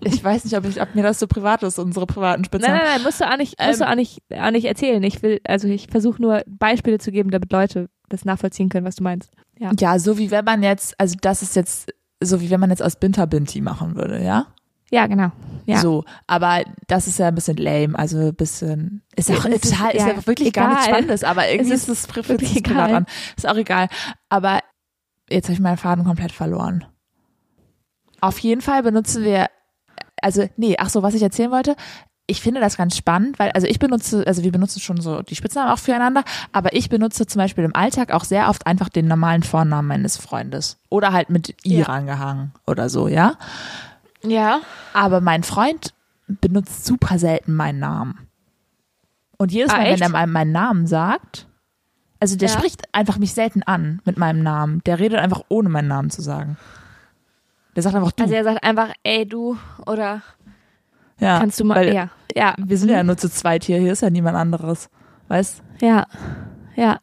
ich weiß nicht, ob, ich, ob mir das so privat ist, unsere privaten Nein, Spitznamen. nein, nein, musst du auch nicht, musst du auch nicht, auch nicht erzählen. Ich will, also ich versuche nur Beispiele zu geben, damit Leute das nachvollziehen können, was du meinst. Ja. Ja, so wie wenn man jetzt, also das ist jetzt, so wie wenn man jetzt aus Binter Binti machen würde, ja? Ja, genau. Ja. So, aber das ist ja ein bisschen lame, also ein bisschen ist ja auch, Es ist- total, ist ja, ja wirklich gar nichts egal. Spannendes, aber irgendwie ist Es es fühlt wirklich sich privat egal. an. Ist auch egal, aber jetzt habe ich meinen Faden komplett verloren. Auf jeden Fall benutzen wir also nee, ach so, was ich erzählen wollte, ich finde das ganz spannend, weil also ich benutze, also wir benutzen schon so die Spitznamen auch füreinander, aber ich benutze zum Beispiel im Alltag auch sehr oft einfach den normalen Vornamen meines Freundes oder halt mit ihr Ja. angehangen oder so, ja. Ja. Aber mein Freund benutzt super selten meinen Namen. Und jedes Ah, Mal, echt? wenn er meinen meinen Namen sagt, Also der Ja. spricht einfach mich selten an mit meinem Namen. Der redet einfach ohne meinen Namen zu sagen. Der sagt einfach du. Also er sagt einfach, ey du oder ja, kannst du mal. weil Ja, Mhm. ja, Wir sind ja nur zu zweit hier, hier ist ja niemand anderes. Weißt? ja, ja.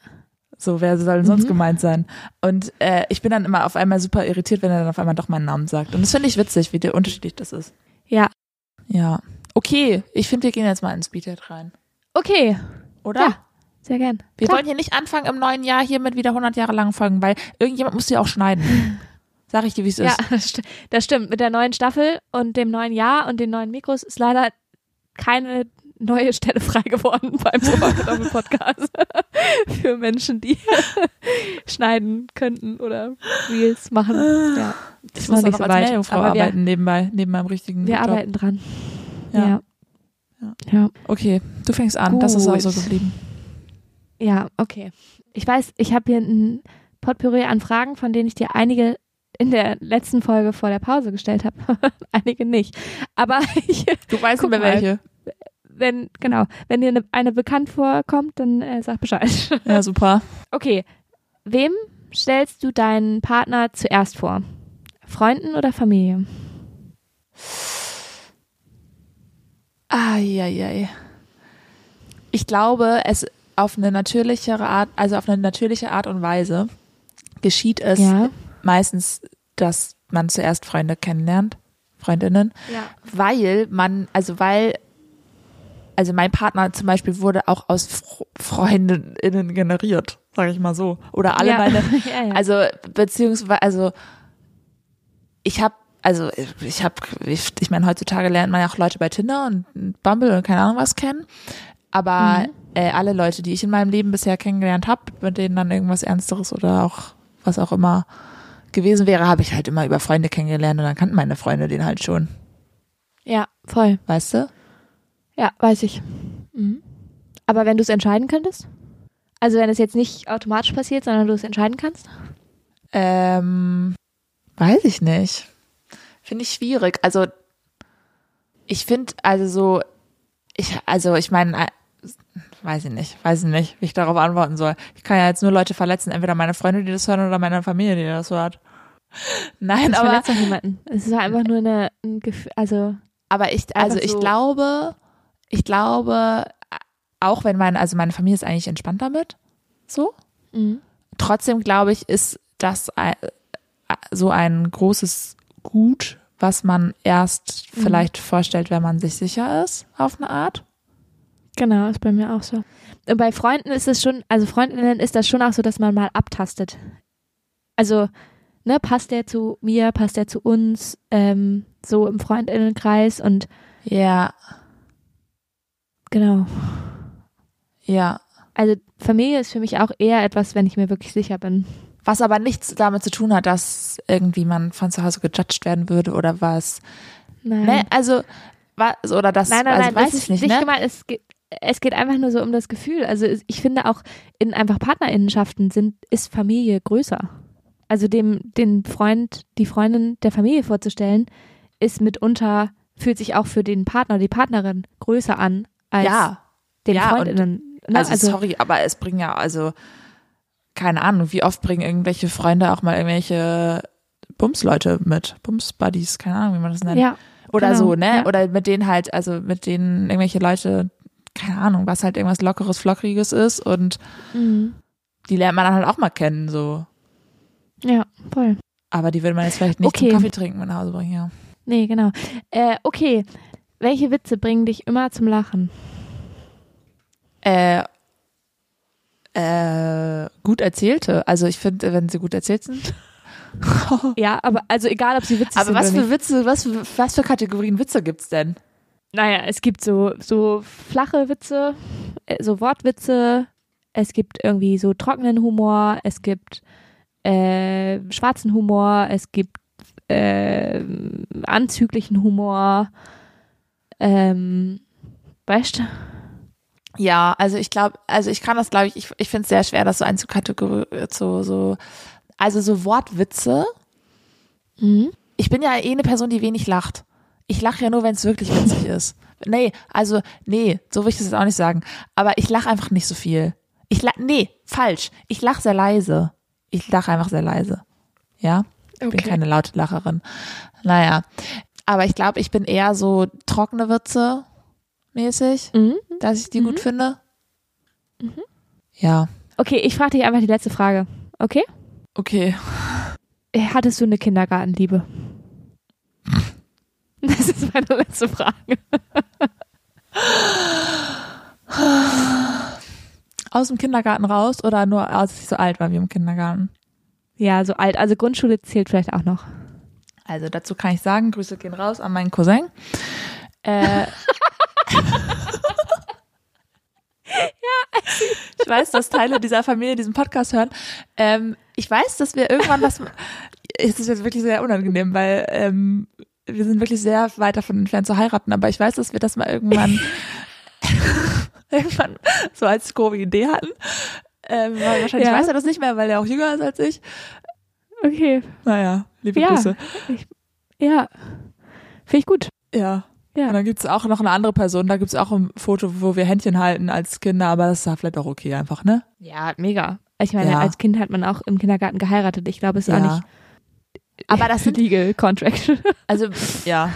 So, wer soll denn Mhm. sonst gemeint sein? Und äh, ich bin dann immer auf einmal super irritiert, wenn er dann auf einmal doch meinen Namen sagt. Und das finde ich witzig, wie der unterschiedlich das ist. Ja. Ja. Okay, ich finde, wir gehen jetzt mal ins Beatet rein. Okay, Oder? ja. Sehr gern. Wir Klar. wollen hier nicht anfangen im neuen Jahr hier mit wieder 100 Jahre langen Folgen, weil irgendjemand muss die auch schneiden. Sag ich dir, wie es Ja, ist. das, st das stimmt. Mit der neuen Staffel und dem neuen Jahr und den neuen Mikros ist leider keine neue Stelle frei geworden beim Sofa Podcast für Menschen, die schneiden könnten oder Reels machen. Ja, Ich ist Ah, muss noch auch nicht noch so als weit, Meerjungfrau aber wir- arbeiten nebenbei, neben meinem richtigen wir Job. arbeiten dran. Ja. Ja. Ja. ja. Okay, du fängst an. Das ist auch so Gut. geblieben. Ja, okay. Ich weiß, ich habe hier ein Potpourri an Fragen, von denen ich dir einige in der letzten Folge vor der Pause gestellt habe. einige nicht. Aber ich, Du weißt Guck über mal. welche. wenn, genau, wenn dir eine, eine bekannt vorkommt, dann äh, sag Bescheid. Ja, super. Okay. Wem stellst du deinen Partner zuerst vor? Freunden oder Familie? Eieiei. Ich glaube, es auf eine natürlichere Art, also auf eine natürliche Art und Weise geschieht es meistens, dass man zuerst Freunde kennenlernt, Freundinnen, ja. weil man, also weil, also mein Partner zum Beispiel wurde auch aus Fr Freundinnen generiert, sage ich mal so. Oder alle ja. meine, ja, ja. also beziehungsweise, also ich habe, also ich habe, ich, ich meine, heutzutage lernt man ja auch Leute bei Tinder und Bumble und keine Ahnung was kennen. Mhm. Aber äh, alle Leute, die ich in meinem Leben bisher kennengelernt habe, mit denen dann irgendwas Ernsteres oder auch was auch immer gewesen wäre, habe ich halt immer über Freunde kennengelernt und dann kannten meine Freunde den halt schon, ja, voll. weißt du? Ja, weiß ich. Mhm. Aber wenn du es entscheiden könntest? Also wenn es jetzt nicht automatisch passiert, sondern du es entscheiden kannst? Ähm, weiß ich nicht. Finde ich schwierig. Also ich finde, also so, ich, also ich meine, äh, weiß ich nicht, weiß ich nicht, wie ich darauf antworten soll. Ich kann ja jetzt nur Leute verletzen, entweder meine Freunde, die das hören, oder meine Familie, die das hört. Nein, Das aber, verletzt doch niemanden. Es ist doch einfach nur eine, ein Gefühl, also aber ich, also einfach ich so. glaube, ich glaube, äh, auch wenn meine, also meine Familie ist eigentlich entspannt damit, so. mhm. trotzdem glaube ich, ist das ein, so ein großes Gut, was man erst Mhm. vielleicht vorstellt, wenn man sich sicher ist, auf eine Art. genau, ist bei mir auch so. Und bei Freunden ist es schon, also Freundinnen ist das schon auch so, dass man mal abtastet. Also, ne, passt der zu mir, passt der zu uns, ähm, so im Freundinnenkreis und Ja, genau. ja. Also Familie ist für mich auch eher etwas, wenn ich mir wirklich sicher bin. Was aber nichts damit zu tun hat, dass irgendwie man von zu Hause gejudged werden würde oder was. Nein. Ne, also, was, oder das, Mhm. Nein, nein, also nein, weiß das ich ist nicht, nicht ne? gemeint. Es geht, es geht einfach nur so um das Gefühl. Also es- ich finde auch in einfach Partnerinnenschaften sind, ist Familie größer. Also dem, den Freund, die Freundin der Familie vorzustellen, ist mitunter, fühlt sich auch für den Partner, die Partnerin größer an als Ja, den ja, und- Freundinnen. ne? also, sorry, aber es bringen ja, also, keine Ahnung, wie oft bringen irgendwelche Freunde auch mal irgendwelche Bumsleute mit, Bums-Buddies, keine Ahnung, wie man das nennt. ja, oder Genau, so, ne? ja. Oder mit denen halt, also mit denen irgendwelche Leute, keine Ahnung, was halt irgendwas lockeres, flockriges ist und mhm. die lernt man dann halt auch mal kennen, so. ja, voll. Aber die würde man jetzt vielleicht nicht Okay. zum Kaffee trinken mit nach Hause bringen, ja. Nee, genau. Äh, okay, welche Witze bringen dich immer zum Lachen? Äh, äh, gut erzählte. Also ich finde, wenn sie gut erzählt sind. Ja, aber also egal, ob sie witzig Oh. Aber sind was oder für Witze, was für, was für Kategorien Witze gibt's denn? Naja, es gibt so, so flache Witze, äh, so Wortwitze, es gibt irgendwie so trockenen Humor, es gibt äh, schwarzen Humor, es gibt äh, anzüglichen Humor. Ähm, weißt du? Ja, also ich glaube, also ich kann das, glaube ich, ich, ich finde es sehr schwer, das so einzukategorisieren, so, so, also so Wortwitze, Mhm. ich bin ja eh eine Person, die wenig lacht. Ich lache ja nur, wenn es wirklich witzig ist. Nee, also, nee, so will ich das jetzt auch nicht sagen. Aber ich lache einfach nicht so viel. Ich la nee, falsch. Ich lache sehr leise. Ich lache einfach sehr leise. Ja? Ich bin keine laute Lacherin. Naja. Aber ich glaube, ich bin eher so trockene Witze mäßig, Mhm. dass ich die gut finde. Ja. Okay, ich frage dich einfach die letzte Frage. Okay? Okay. Hattest du eine Kindergartenliebe? Das ist meine letzte Frage. Aus dem Kindergarten raus oder nur als ich so alt war wie im Kindergarten? Ja, so alt. Also Grundschule zählt vielleicht auch noch. Also dazu kann ich sagen, Grüße gehen raus an meinen Cousin. Äh, ich weiß, dass Teile dieser Familie diesen Podcast hören. Ähm, ich weiß, dass wir irgendwann was. Es ist jetzt wirklich sehr unangenehm, weil ähm, wir sind wirklich sehr weit davon entfernt zu heiraten. Aber ich weiß, dass wir das mal irgendwann, irgendwann so als grobe Idee hatten. Ähm, weil wahrscheinlich Ja. weiß er das nicht mehr, weil er auch jünger ist als ich. Okay. Naja, liebe Ja. Grüße. Ja. Finde ich gut. Ja. Ja. Und dann gibt's auch noch eine andere Person, da gibt's auch ein Foto, wo wir Händchen halten als Kinder, aber das ist ja vielleicht auch okay einfach, ne? Ja, mega. Ich meine, Ja. als Kind hat man auch im Kindergarten geheiratet. Ich glaube, es ist auch nicht Aber das sind, legal contract. also, ja.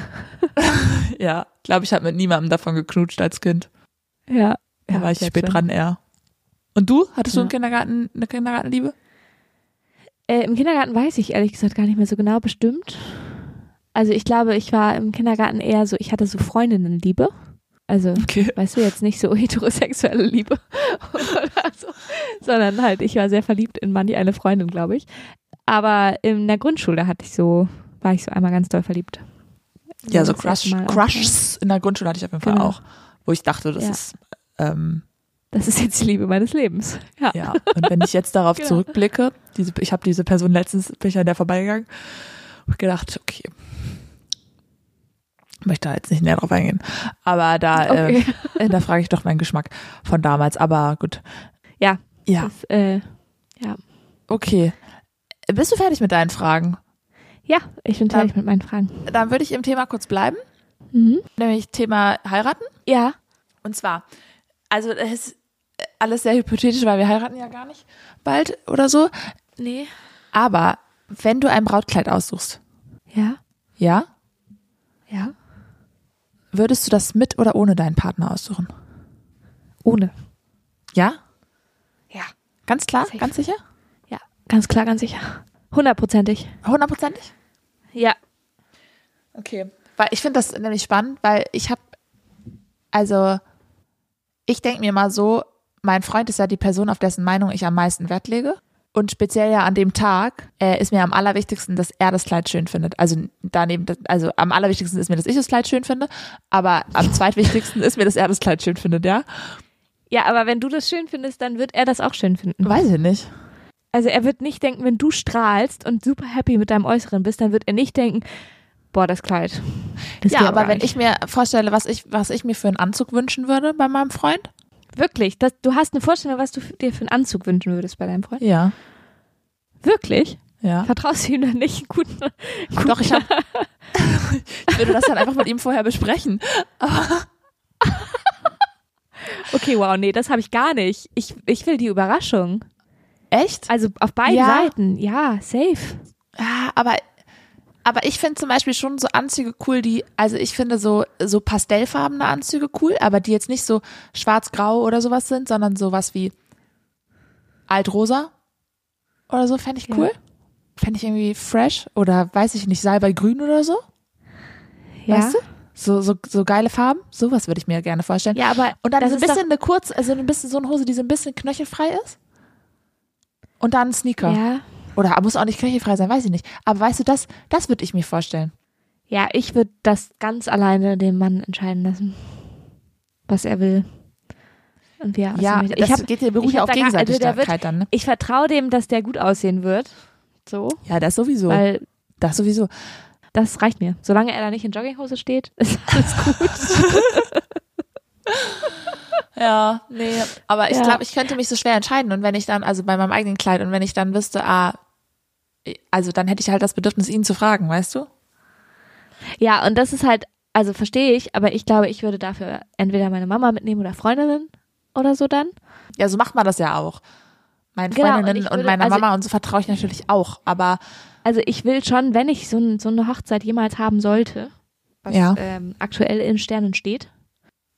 ja, glaube ich, habe mit niemandem davon geknutscht als Kind. ja. Da ja, war ich sehr spät schön. dran eher. Und du? Hattest du im Ja. Kindergarten eine Kindergartenliebe? Äh, Im Kindergarten weiß ich ehrlich gesagt gar nicht mehr so genau bestimmt. Also ich glaube, ich war im Kindergarten eher so, ich hatte so Freundinnenliebe. Also, Okay. weißt du, jetzt nicht so heterosexuelle Liebe oder so, sondern halt, ich war sehr verliebt in manche eine Freundin, glaube ich. Aber in der Grundschule hatte ich so, war ich so einmal ganz doll verliebt. Ja, so Das erste Crush, Mal auch, Crushs in der Grundschule hatte ich auf jeden Fall Genau. auch, wo ich dachte, das Ja. ist, ähm, Das ist jetzt die Liebe meines Lebens. Ja. Ja, und wenn ich jetzt darauf Genau. zurückblicke, diese, ich habe diese Person letztens, bin ich an der vorbeigegangen, hab gedacht, okay, möchte da jetzt nicht näher drauf eingehen. Aber da, Okay. äh, da frage ich doch meinen Geschmack von damals. Aber gut. Ja. Ja, Das, äh, okay. Bist du fertig mit deinen Fragen? ja, ich bin Dann- fertig mit meinen Fragen. Dann würde ich im Thema kurz bleiben, Mhm. nämlich Thema heiraten. Ja. Und zwar, also es ist alles sehr hypothetisch, weil wir heiraten ja gar nicht bald oder so. Nee. Aber wenn du ein Brautkleid aussuchst, Ja. ja, Ja. Würdest du das mit oder ohne deinen Partner aussuchen? Ohne. Ja? Ja. Ganz klar? Safe. Ganz sicher? Ja. Ganz klar, ganz sicher. Hundertprozentig. Hundertprozentig? Ja. Okay. Weil ich finde das nämlich spannend, weil ich habe, also ich denke mir mal so, mein Freund ist ja die Person, auf dessen Meinung ich am meisten Wert lege. Und speziell ja an dem Tag äh, ist mir am allerwichtigsten, dass er das Kleid schön findet. Also daneben, das- also am allerwichtigsten ist mir, dass ich das Kleid schön finde, aber am zweitwichtigsten ist mir, dass er das Kleid schön findet, ja? Ja, aber wenn du das schön findest, dann wird er das auch schön finden. Weiß ich nicht. Also er wird nicht denken, wenn du strahlst und super happy mit deinem Äußeren bist, dann wird er nicht denken, boah, das Kleid. Das ja, geht aber gar wenn nicht. ich mir vorstelle, was ich, was ich mir für einen Anzug wünschen würde bei meinem Freund. Wirklich, das, du hast eine Vorstellung, was du f- dir für einen Anzug wünschen würdest bei deinem Freund? Ja. Wirklich? Ja. Vertraust du ihm dann nicht? ne? Guten, guten Doch, ich, hab, ich würde das dann einfach mit ihm vorher besprechen. ne? Okay, wow, nee, das habe ich gar nicht. Ich, ich will die Überraschung. Echt? Also auf beiden Ja. Seiten. Ja, safe. Ja, aber, aber ich finde zum Beispiel schon so Anzüge cool, die, also ich finde so, so pastellfarbene Anzüge cool, aber die jetzt nicht so schwarz-grau oder sowas sind, sondern sowas wie altrosa oder so, fände ich Ja. cool. Fände ich irgendwie fresh oder weiß ich nicht, salbeigrün oder so, Ja, weißt du? So, so, so geile Farben, sowas würde ich mir gerne vorstellen. ja aber Und dann das so ein ist bisschen eine kurz, also ein bisschen so eine Hose, die so ein bisschen knöchelfrei ist. Und dann ein Sneaker. Doch, ja, Oder muss auch nicht knöchelfrei sein, weiß ich nicht. Aber weißt du, das, das würde ich mir vorstellen. ja, ich würde das ganz alleine dem Mann entscheiden lassen, was er will. Und wie er aussehen ja, möchte. das ich hab, geht dir beruhigt ich hab auf da gar- also der Gegenseitigkeit wird- dann, ne? ich vertraue dem, dass der gut aussehen wird. So, Ja, das sowieso. weil das sowieso. das reicht mir. Solange er da nicht in Jogginghose steht, ist alles gut. Ja, nee. Aber ich Ja. glaube, ich könnte mich so schwer entscheiden. Und wenn ich dann, also bei meinem eigenen Kleid, und wenn ich dann wüsste, ah, also dann hätte ich halt das Bedürfnis, ihn zu fragen, weißt du? ja, und das ist halt, also verstehe ich, aber ich glaube, ich würde dafür entweder meine Mama mitnehmen oder Freundinnen. oder so dann. Ja, so macht man das ja auch. Meinen Genau, und Freundinnen ich und, würde- meiner also- Mhm. Mama und so vertraue ich natürlich auch, aber Also ich will schon, wenn ich so, ein, so eine Hochzeit jemals haben sollte, was Ja. ähm, aktuell in Sternen steht,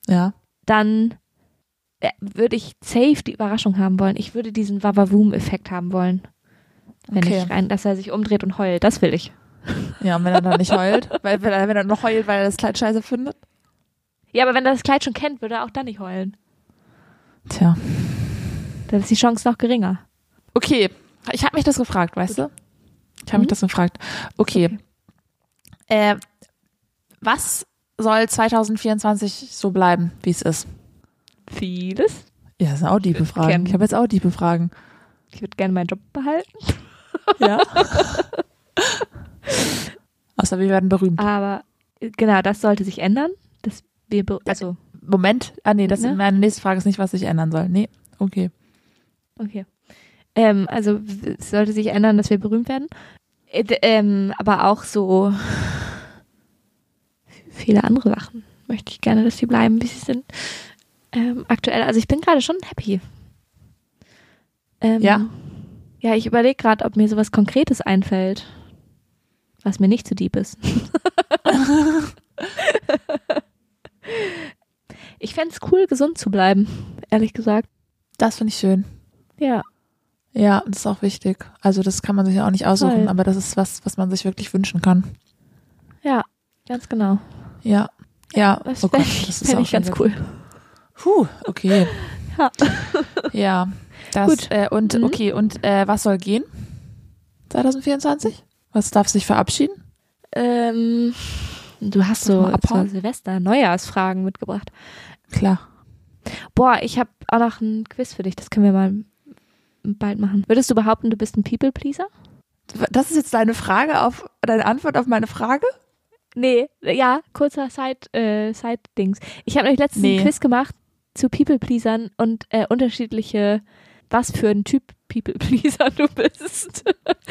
ja. dann äh, würde ich safe die Überraschung haben wollen. Ich würde diesen Wavavoom-Effekt haben wollen. Wenn Okay. ich rein, dass er sich umdreht und heult. Das will ich. Ja, und wenn er dann nicht heult, weil wenn er, wenn er noch heult, weil er das Kleid scheiße findet. Ja, aber wenn er das Kleid schon kennt, würde er auch dann nicht heulen. Tja. Dann ist die Chance noch geringer. Okay, ich habe mich das gefragt, weißt du? Ich habe Mhm. mich das gefragt. Okay. Äh, was soll 2024 so bleiben, wie es ist? Vieles. Ja, das sind auch diebe Fragen. Ken. Ich habe jetzt auch diebe Fragen. Ich würde gerne meinen Job behalten. Ja. Außer wir werden berühmt. Aber äh, genau, das sollte sich ändern. Dass wir, be- also, Moment. Ah, nee, das Ne? meine nächste Frage ist nicht, was ich ändern soll. Nee, okay. okay. Ähm, also w- es sollte sich ändern, dass wir berühmt werden. Äh, d- Ähm, aber auch so viele andere Sachen möchte ich gerne, dass sie bleiben, wie sie sind. Ähm, aktuell, also ich bin gerade schon happy. Ähm, Ja. Ja, ich überlege gerade, ob mir sowas Konkretes einfällt, was mir nicht zu deep ist. ich fände es cool, gesund zu bleiben, ehrlich gesagt. Das finde ich schön. Ja. Ja, das ist auch wichtig. Also das kann man sich auch nicht aussuchen, Voll. aber das ist was, was man sich wirklich wünschen kann. Ja, ganz genau. Ja, ja. Das oh fände Gott, ich, das ist fänd auch ich ganz schon wieder- cool. Puh, okay. Ja. ja, das Gut. Äh, und Mhm. okay, und äh, was soll gehen? 2024? Was darf sich verabschieden? Ähm, du hast Soll ich so mal abhauen? zur Silvester Neujahrsfragen mitgebracht. Klar. Boah, ich habe auch noch ein Quiz für dich. Das können wir mal bald machen. Würdest du behaupten, du bist ein People Pleaser? Das ist jetzt deine Frage auf deine Antwort auf meine Frage? Nee, ja, kurzer Side, äh, Side Dings. Ich habe nämlich letztens Nee. ein Quiz gemacht zu People Pleasern und äh, unterschiedliche, was für ein Typ People Pleaser du bist.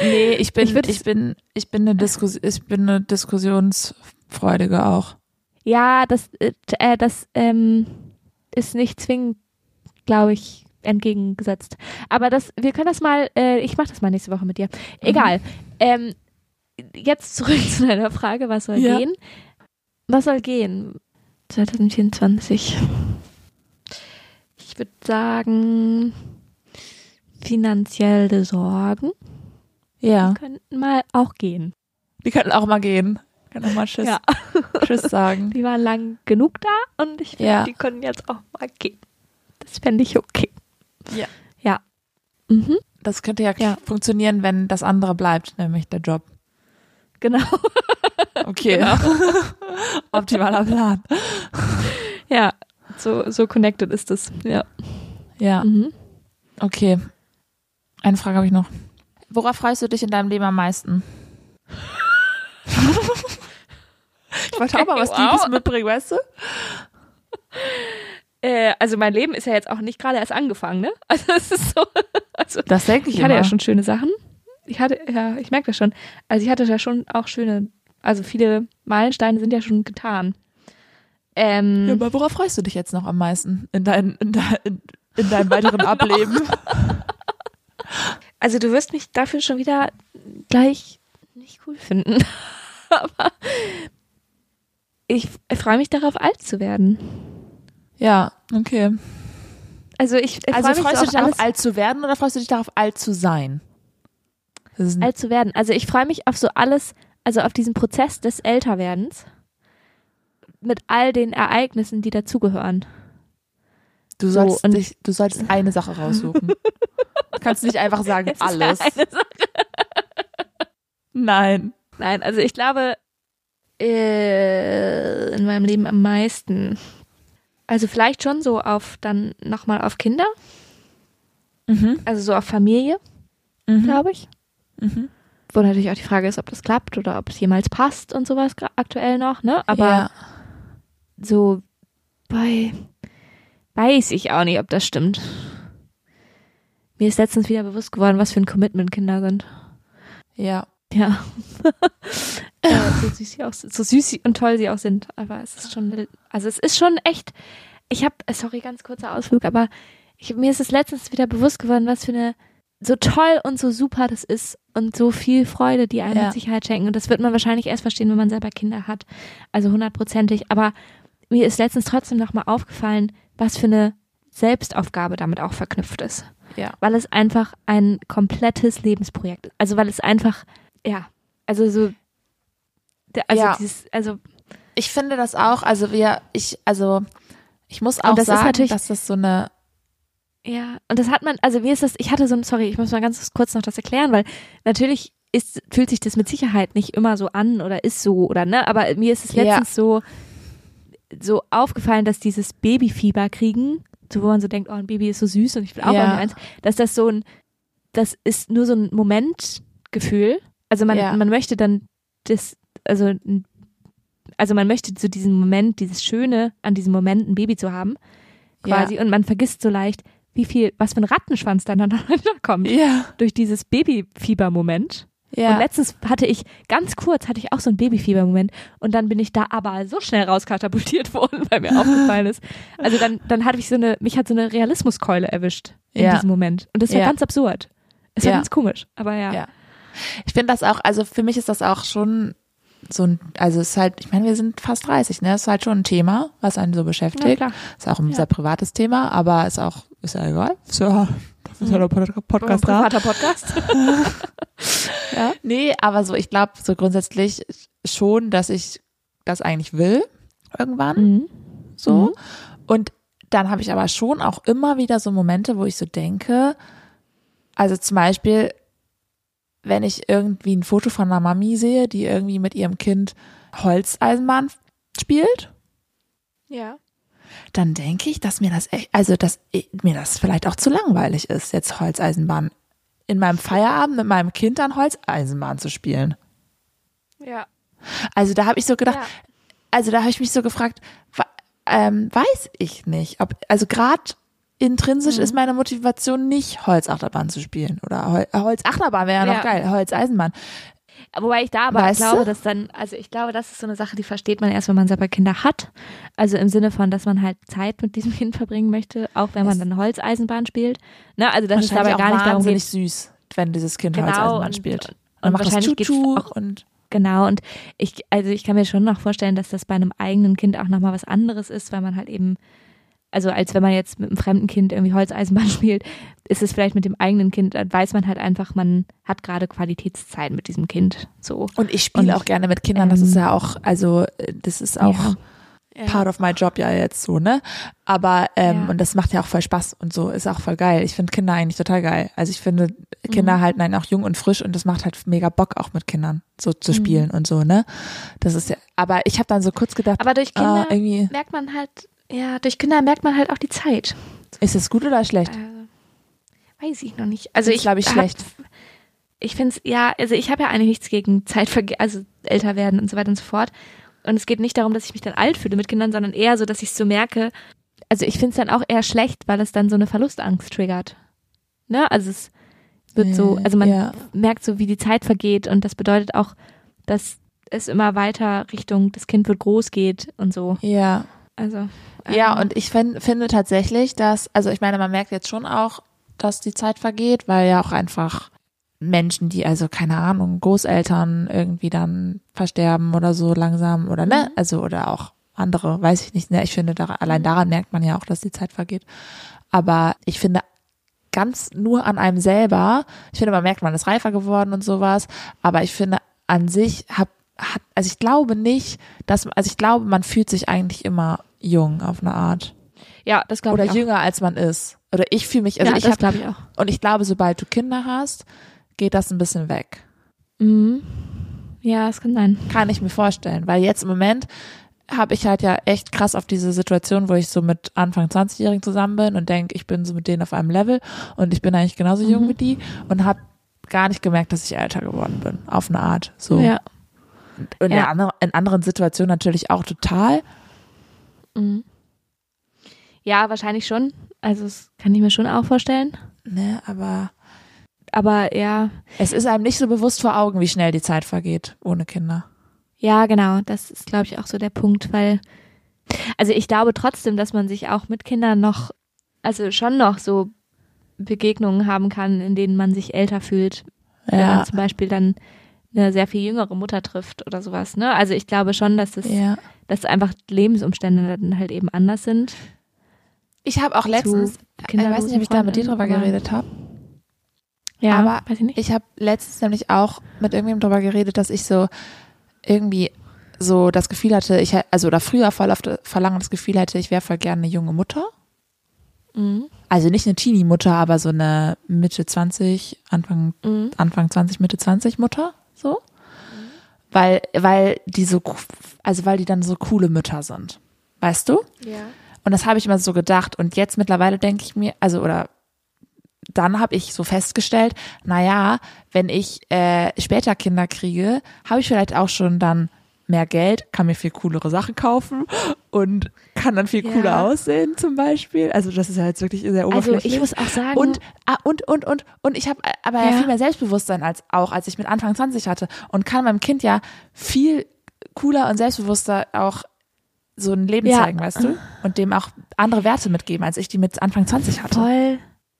Nee, ich bin Ich würd- ich bin ich bin eine Diskus ich bin eine diskussionsfreudige auch. Ja, das, äh, t- äh, das ähm, ist nicht zwingend, glaube ich, entgegengesetzt. Aber das, wir können das mal, äh, ich mache das mal nächste Woche mit dir. Mhm. Egal. Ähm, jetzt zurück zu deiner Frage, was soll Ja. gehen? Was soll gehen? 2024. Ich würde sagen, finanzielle Sorgen Ja. könnten mal auch gehen. Die könnten auch mal gehen. Kann auch mal Tschüss, Ja. Tschüss sagen. Die waren lang genug da und ich finde, Ja. die können jetzt auch mal gehen. Das fände ich okay. Ja. Ja. Mhm. Das könnte ja, Ja. funktionieren, wenn das andere bleibt, nämlich der Job. Genau. Genau. Okay. Optimaler Plan. Ja. So, so connected ist es. Ja. Ja, Mhm. okay. Eine Frage habe ich noch. Worauf freust du dich in deinem Leben am meisten? ich wollte auch mal was Okay, wow. Liebes mitbringen, weißt du? Äh, also mein Leben ist ja jetzt auch nicht gerade erst angefangen, ne? Also es ist so. Also Das denke ich ich hatte immer. ja schon schöne Sachen. Ich hatte, ja, ich merke das schon. Also ich hatte ja schon auch schöne, also viele Meilensteine sind ja schon getan. Ähm, Ja, aber worauf freust du dich jetzt noch am meisten in, dein, in, dein, in, in deinem weiteren Ableben? Also du wirst mich dafür schon wieder gleich nicht cool finden. Aber ich freue mich darauf, alt zu werden. ja, okay. Also ich freue Also freust mich so du auf dich darauf, alles, alt zu werden oder freust du dich darauf, alt zu sein? Das ist ein alt zu werden. Also ich freue mich auf so alles, also auf diesen Prozess des Älterwerdens mit all den Ereignissen, die dazugehören. Du sollst, und- dich, du sollst eine Sache raussuchen. du kannst nicht einfach sagen, Es ist alles. eine Sache. Nein. Nein, also ich glaube äh, in meinem Leben am meisten. Also vielleicht schon so auf dann nochmal auf Kinder, Mhm. also so auf Familie. Mhm. glaube ich. Mhm. Wo natürlich auch die Frage ist, ob das klappt oder ob es jemals passt und sowas gra- aktuell noch, ne? Aber ja. so bei weiß ich auch nicht, ob das stimmt. Mir ist letztens wieder bewusst geworden, was für ein Commitment Kinder sind. ja. Ja. äh, so, süß sie auch, so süß sie und toll sie auch sind. Aber es ist schon, also es ist schon echt Ich habe, sorry, ganz kurzer Ausflug, aber ich, mir ist es letztens wieder bewusst geworden, was für eine so toll und so super das ist und so viel Freude, die einem Ja. mit Sicherheit schenken. Und das wird man wahrscheinlich erst verstehen, wenn man selber Kinder hat. Also hundertprozentig. Aber mir ist letztens trotzdem nochmal aufgefallen, was für eine Selbstaufgabe damit auch verknüpft ist. Ja. Weil es einfach ein komplettes Lebensprojekt ist. Also weil es einfach, ja, also so, der- also Ja. dieses, also Ich finde das auch, also wir, ich, also ich muss auch das ist sagen, natürlich- dass das so eine, Ja, und das hat man, also mir ist das, ich hatte so ein, sorry, ich muss mal ganz kurz noch das erklären, weil natürlich ist, fühlt sich das mit Sicherheit nicht immer so an oder ist so oder ne, aber mir ist es Ja. letztens so, so aufgefallen, dass dieses Babyfieber kriegen, so wo man so denkt, oh, ein Baby ist so süß und ich will auch Ja. irgendwie eins, dass das so ein, das ist nur so ein Momentgefühl. Also man, Ja. man möchte dann das, also, n- also man möchte so diesen Moment, dieses Schöne an diesem Moment, ein Baby zu haben, quasi. Und man vergisst so leicht, wie viel, was für ein Rattenschwanz dann da noch kommt. Ja, Durch dieses Babyfieber-Moment. Und ja. letztens hatte ich, ganz kurz hatte ich auch so einen Babyfieber-Moment und dann bin ich da aber so schnell rauskatapultiert worden, weil mir aufgefallen ist. Also dann, dann hatte ich so eine, mich hat so eine Realismuskeule erwischt in Ja. diesem Moment. Und das war Ja. ganz absurd. Es war Ja. ganz komisch, aber ja. Ja. Ich finde das auch, also für mich ist das auch schon so ein, also es ist halt, ich meine, wir sind fast 30, ne? Es ist halt schon ein Thema, was einen so Ja, beschäftigt. klar. ist auch ein Ja. sehr privates Thema, aber ist auch, ist ja egal. Ist ja, dafür ist ja der Pod- Podcast da. Privater Podcast. Nee, aber so, ich glaube so grundsätzlich schon, dass ich das eigentlich will, irgendwann. Mhm. so. Und dann habe ich aber schon auch immer wieder so Momente, wo ich so denke, also zum Beispiel, wenn ich irgendwie ein Foto von einer Mami sehe, die irgendwie mit ihrem Kind Holzeisenbahn spielt, Ja. dann denke ich, dass mir das echt, also dass ich, mir das vielleicht auch zu langweilig ist, jetzt Holzeisenbahn in meinem Feierabend mit meinem Kind dann Holzeisenbahn zu spielen. Ja. Also da habe ich so gedacht, Ja. also da habe ich mich so gefragt, wa- ähm, weiß ich nicht, ob also gerade intrinsisch ist meine Motivation nicht Holzachterbahn zu spielen oder Hol äh, Holzachterbahn wäre ja, Ja. noch geil, Holzeisenbahn. Wobei ich da aber Weißt glaube, du? dass dann, also ich glaube, das ist so eine Sache, die versteht man erst, wenn man selber Kinder hat. Also im Sinne von, dass man halt Zeit mit diesem Kind verbringen möchte, auch wenn man Es- dann Holzeisenbahn spielt. Ne? Also das ist Wahrscheinlich aber gar auch nicht darum wahnsinnig geht. süß, wenn dieses Kind Genau, Holzeisenbahn und- spielt. Und, und dann macht das wahrscheinlich geht's Tutu auch- und Genau, und ich, also ich kann mir schon noch vorstellen, dass das bei einem eigenen Kind auch nochmal was anderes ist, weil man halt eben, also als wenn man jetzt mit einem fremden Kind irgendwie Holzeisenbahn spielt, ist es vielleicht mit dem eigenen Kind, dann weiß man halt einfach, man hat gerade Qualitätszeit mit diesem Kind. So. und ich spiele Und, auch gerne mit Kindern, das ähm, ist ja auch also äh, das ist auch Ja. Part of my job ja jetzt so, ne? Aber ähm, Ja. und das macht ja auch voll Spaß und so, ist auch voll geil. Ich finde Kinder eigentlich total geil. Also ich finde, Mhm. Kinder halten einen auch jung und frisch und das macht halt mega Bock auch mit Kindern so zu Mhm. spielen und so, ne? Das ist ja, aber ich habe dann so kurz gedacht, Aber durch ah, Kinder irgendwie, merkt man halt, ja, durch Kinder merkt man halt auch die Zeit. ist das gut oder schlecht? Also, weiß ich noch nicht. Also Find's, ich glaub ich, hab- schlecht. Ich finde es ja, also ich habe ja eigentlich nichts gegen Zeit, also älter werden und so weiter und so fort. Und es geht nicht darum, dass ich mich dann alt fühle mit Kindern, sondern eher so, dass ich so merke. Also ich finde es dann auch eher schlecht, weil es dann so eine Verlustangst triggert. Ne? Also es wird so, Äh, also man ja. merkt so, wie die Zeit vergeht und das bedeutet auch, dass es immer weiter Richtung das Kind wird groß geht und so. Ja. Also Ja, ähm, und ich fin- finde tatsächlich, dass, also ich meine, man merkt jetzt schon auch, dass die Zeit vergeht, weil ja auch einfach Menschen, die also keine Ahnung, Großeltern irgendwie dann versterben oder so langsam oder ne, also oder auch andere, weiß ich nicht, ne, ich finde, da, allein daran merkt man ja auch, dass die Zeit vergeht. Aber ich finde ganz nur an einem selber, ich finde, man merkt, man ist reifer geworden und sowas, aber ich finde an sich hab, hat, also ich glaube nicht, dass, also ich glaube, man fühlt sich eigentlich immer jung auf eine Art ja, das glaube oder ich auch. jünger als man ist. Oder ich fühle mich, also ja, ich das hab, glaube ich auch. und ich glaube, sobald du Kinder hast, geht das ein bisschen weg. Mhm. Ja, es kann sein. Kann ich mir vorstellen, weil jetzt im Moment habe ich halt ja echt krass auf diese Situation, wo ich so mit Anfang 20-Jährigen zusammen bin und denke, ich bin so mit denen auf einem Level und ich bin eigentlich genauso jung wie die und habe gar nicht gemerkt, dass ich älter geworden bin, auf eine Art. So. Ja. Und Ja. in andere- in anderen Situationen natürlich auch total. Mhm. ja, wahrscheinlich schon. Also das kann ich mir schon auch vorstellen. Ne, aber Aber ja, es ist einem nicht so bewusst vor Augen, wie schnell die Zeit vergeht ohne Kinder. ja, genau. Das ist, glaube ich, auch so der Punkt, weil Also ich glaube trotzdem, dass man sich auch mit Kindern noch, also schon noch so Begegnungen haben kann, in denen man sich älter fühlt. Wenn Ja, man zum Beispiel dann eine sehr viel jüngere Mutter trifft oder sowas. Ne? Also ich glaube schon, dass das, ja. dass einfach Lebensumstände dann halt eben anders sind. Ich habe auch äh, letztens, ich weiß nicht, ob ich da mit dir drüber geredet habe, Ja, aber weiß ich nicht. Ich habe letztens nämlich auch mit irgendjemandem darüber geredet, dass ich so irgendwie so das Gefühl hatte, ich hä- also oder früher voll auf Verlangen das Gefühl hatte, ich wäre voll gerne eine junge Mutter. Mhm. Also nicht eine Teenie-Mutter, aber so eine Mitte 20, Anfang, Mhm. Anfang 20, Mitte 20 Mutter, so. Weil, weil die so, co- also weil die dann so coole Mütter sind. Weißt du? Ja. Und das habe ich immer so gedacht. Und jetzt mittlerweile denke ich mir, also oder dann habe ich so festgestellt, naja, wenn ich äh, später Kinder kriege, habe ich vielleicht auch schon dann mehr Geld, kann mir viel coolere Sachen kaufen und kann dann viel Ja. cooler aussehen zum Beispiel. Also das ist ja jetzt wirklich sehr Also oberflächlich. ich muss auch sagen, Und, ah, und, und, und, und ich habe aber ja. Ja. viel mehr Selbstbewusstsein als auch, als ich mit Anfang 20 hatte und kann meinem Kind ja viel cooler und selbstbewusster auch so ein Leben Ja. zeigen, weißt du? Und dem auch andere Werte mitgeben, als ich die mit Anfang 20 hatte. voll.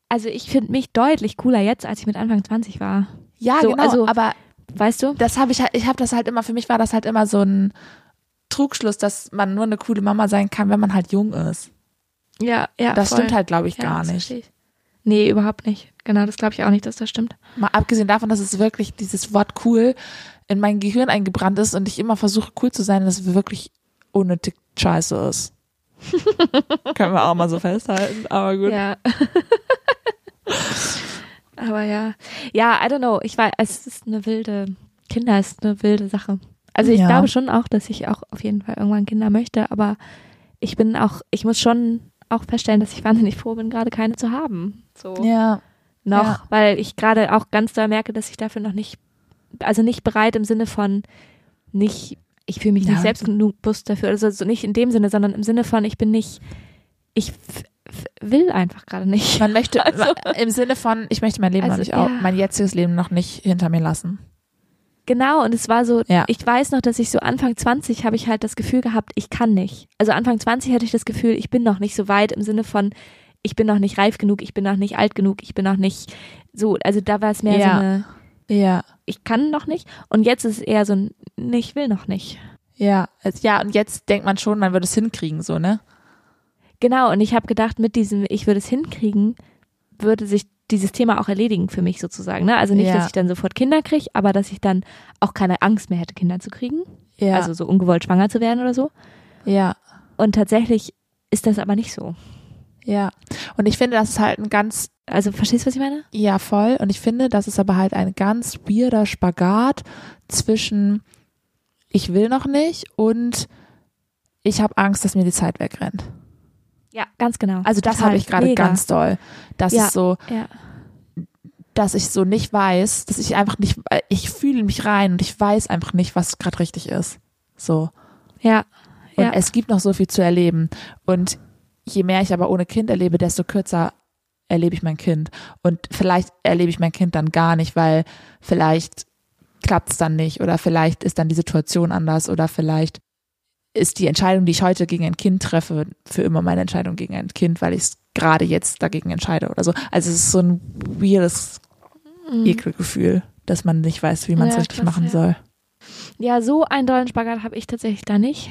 Also ich finde mich deutlich cooler jetzt, als ich mit Anfang 20 war. Ja, So, genau, also- aber Weißt du? das habe ich halt, ich habe das halt immer, für mich war das halt immer so ein Trugschluss, dass man nur eine coole Mama sein kann, wenn man halt jung ist. Ja, ja. Das voll. stimmt halt, glaube ich, Ja, gar das nicht. verstehe ich. Nee, überhaupt nicht. Genau, das glaube ich auch nicht, dass das stimmt. Mal abgesehen davon, dass es wirklich dieses Wort cool in mein Gehirn eingebrannt ist und ich immer versuche cool zu sein, dass es wirklich unnötig scheiße ist. Können wir auch mal so festhalten, aber gut. Ja. Aber ja. Ja, I don't know. Ich weiß, es ist eine wilde, Kinder ist eine wilde Sache. Also ich Ja. glaube schon auch, dass ich auch auf jeden Fall irgendwann Kinder möchte, aber ich bin auch, ich muss schon auch feststellen, dass ich wahnsinnig froh bin, gerade keine zu haben. So. Ja. noch, Ja. weil ich gerade auch ganz doll merke, dass ich dafür noch nicht, also nicht bereit im Sinne von nicht, ich fühle mich Ja. nicht selbst genug bewusst dafür, also so nicht in dem Sinne, sondern im Sinne von, ich bin nicht, ich f- f- will einfach gerade nicht. Man möchte, im Sinne von, ich möchte mein Leben noch Also, nicht, au- ja. mein jetziges Leben noch nicht hinter mir lassen. Genau, und es war so, Ja. ich weiß noch, dass ich so Anfang 20 habe ich halt das Gefühl gehabt, ich kann nicht. Also Anfang 20 hatte ich das Gefühl, ich bin noch nicht so weit im Sinne von, ich bin noch nicht reif genug, ich bin noch nicht alt genug, ich bin noch nicht so, also da war es mehr so Ja. eine, Ja. ich kann noch nicht. Und jetzt ist es eher so ein, nee, ich will noch nicht. Ja. Es- Ja, und jetzt denkt man schon, man würde es hinkriegen, so, ne? Genau, und ich habe gedacht, mit diesem, ich würde es hinkriegen, würde sich dieses Thema auch erledigen für mich sozusagen. Ne? Also nicht, Ja. dass ich dann sofort Kinder kriege, aber dass ich dann auch keine Angst mehr hätte, Kinder zu kriegen. Ja. Also so ungewollt schwanger zu werden oder so. ja. Und tatsächlich ist das aber nicht so. Ja. Und ich finde, das ist halt ein ganz Also verstehst du, was ich meine? Ja, voll. Und ich finde, das ist aber halt ein ganz weirder Spagat zwischen ich will noch nicht und ich habe Angst, dass mir die Zeit wegrennt. Ja, ganz genau. Also das Total. habe ich gerade Mega. ganz doll. Das Ja. ist so, Ja. dass ich so nicht weiß, dass ich einfach nicht, äh, ich fühle mich rein und ich weiß einfach nicht, was gerade richtig ist. So. Ja. Und ja. es gibt noch so viel zu erleben. Und je mehr ich aber ohne Kind erlebe, desto kürzer erlebe ich mein Kind. Und vielleicht erlebe ich mein Kind dann gar nicht, weil vielleicht klappt es dann nicht oder vielleicht ist dann die Situation anders oder vielleicht ist die Entscheidung, die ich heute gegen ein Kind treffe, für immer meine Entscheidung gegen ein Kind, weil ich es gerade jetzt dagegen entscheide oder so. Also es ist so ein weirdes Ekelgefühl, dass man nicht weiß, wie man es Mhm. Ja, richtig krass, machen ja. soll. ja, so einen dollen Spagat habe ich tatsächlich da nicht.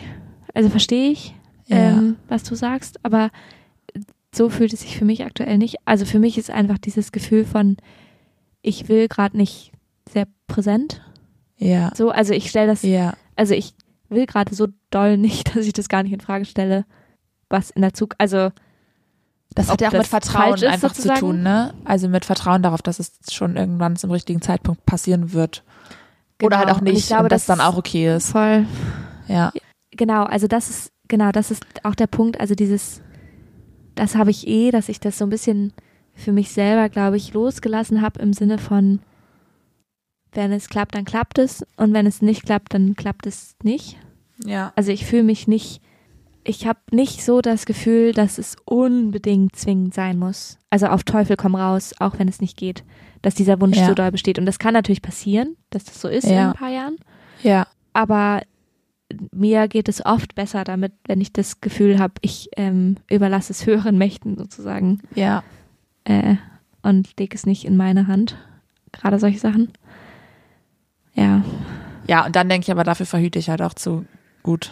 Also verstehe ich. ähm, was du sagst, aber so fühlt es sich für mich aktuell nicht. Also für mich ist einfach dieses Gefühl von, ich will gerade nicht sehr präsent. ja, So, also ich stelle das, ja, also ich will gerade so doll nicht, dass ich das gar nicht in Frage stelle, was in der Zukunft, also Das hat ob ja auch das mit Vertrauen falsch ist, einfach zu sozusagen. tun, ne? Also mit Vertrauen darauf, dass es schon irgendwann zum richtigen Zeitpunkt passieren wird. Oder genau. halt auch Und nicht, Ich glaube, und das das dann auch okay ist. voll. Ja, Genau, also das ist, genau, das ist auch der Punkt, also dieses, das habe ich eh, dass ich das so ein bisschen für mich selber, glaube ich, losgelassen habe im Sinne von, wenn es klappt, dann klappt es und wenn es nicht klappt, dann klappt es nicht. ja, Also ich fühle mich nicht, ich habe nicht so das Gefühl, dass es unbedingt zwingend sein muss. Also auf Teufel komm raus, auch wenn es nicht geht, dass dieser Wunsch Ja. so doll besteht. Und das kann natürlich passieren, dass das so ist Ja. in ein paar Jahren ja, aber mir geht es oft besser damit, wenn ich das Gefühl habe, ich ähm, überlasse es höheren Mächten sozusagen Ja. äh, und lege es nicht in meine Hand. Gerade solche Sachen. Ja. Ja, und dann denke ich aber, dafür verhüte ich halt auch zu gut.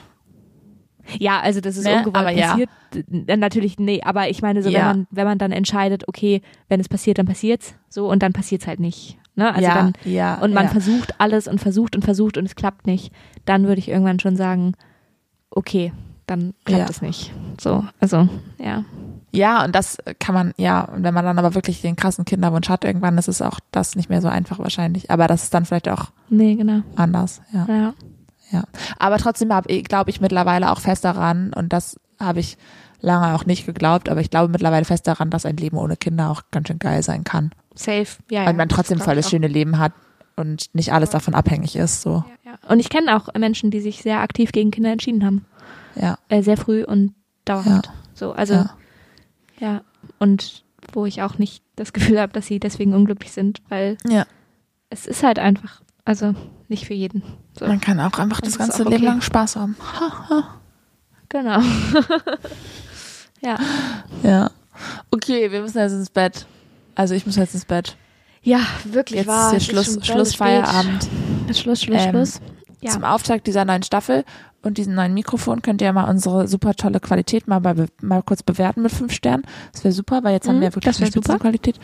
Ja, also das ist Ne? ungewollt Aber ja. passiert. N- Natürlich, nee, aber ich meine, so Ja. wenn man, wenn man dann entscheidet, okay, wenn es passiert, dann passiert's so und dann passiert's halt nicht. Ne? Also ja, dann, ja. und man ja. versucht alles und versucht und versucht und es klappt nicht, dann würde ich irgendwann schon sagen, okay, dann klappt Ja. es nicht. So, also, ja. Ja, und das kann man, ja, und wenn man dann aber wirklich den krassen Kinderwunsch hat, irgendwann ist es auch das nicht mehr so einfach wahrscheinlich. Aber das ist dann vielleicht auch Nee, genau. anders, ja. Ja. ja. Aber trotzdem glaube ich mittlerweile auch fest daran, und das habe ich lange auch nicht geglaubt, aber ich glaube mittlerweile fest daran, dass ein Leben ohne Kinder auch ganz schön geil sein kann. Safe, ja. Weil man trotzdem voll das schöne Leben hat und nicht alles davon abhängig ist, so. Und ich kenne auch Menschen, die sich sehr aktiv gegen Kinder entschieden haben. Ja, Äh, sehr früh und dauerhaft. So, also, Ja. ja. Und wo ich auch nicht das Gefühl habe, dass sie deswegen unglücklich sind, weil Ja. es ist halt einfach, also nicht für jeden. So, man kann auch einfach das, ist ganze auch Leben okay. lang Spaß haben. genau. ja. Ja. Okay, wir müssen jetzt ins Bett. Also ich muss jetzt ins Bett. Ja, wirklich Jetzt wahr. ist hier Es Schluss, schon doll Schluss spät. Feierabend. Schluss, Schluss, Ähm, Schluss. Ja. Zum Auftakt dieser neuen Staffel und diesem neuen Mikrofon könnt ihr ja mal unsere super tolle Qualität mal, bei, mal kurz bewerten mit fünf Sternen. Das wäre super, weil jetzt haben Mhm, wir wirklich das eine wär super. Spitzenqualität.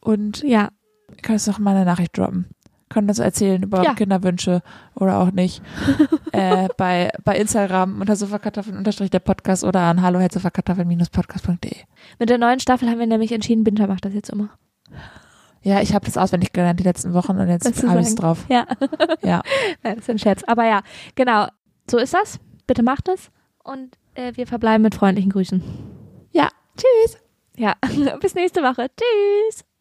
Und Ja, ihr könnt uns noch mal eine Nachricht droppen. Könnt uns erzählen über Ja. Kinderwünsche oder auch nicht. äh, bei, bei Instagram unter sofakartoffeln unterstrich der Podcast oder an hallo podcastde mit der neuen Staffel haben wir nämlich entschieden, Binter macht das jetzt immer. Ja, ich habe das auswendig gelernt die letzten Wochen und Das jetzt zu habe ich es sagen. drauf. Ja. Ja. Nein, das ist ein Scherz. Aber ja, genau. So ist das. Bitte macht es. Und äh, wir verbleiben mit freundlichen Grüßen. Ja. Tschüss. Ja, bis nächste Woche. Tschüss.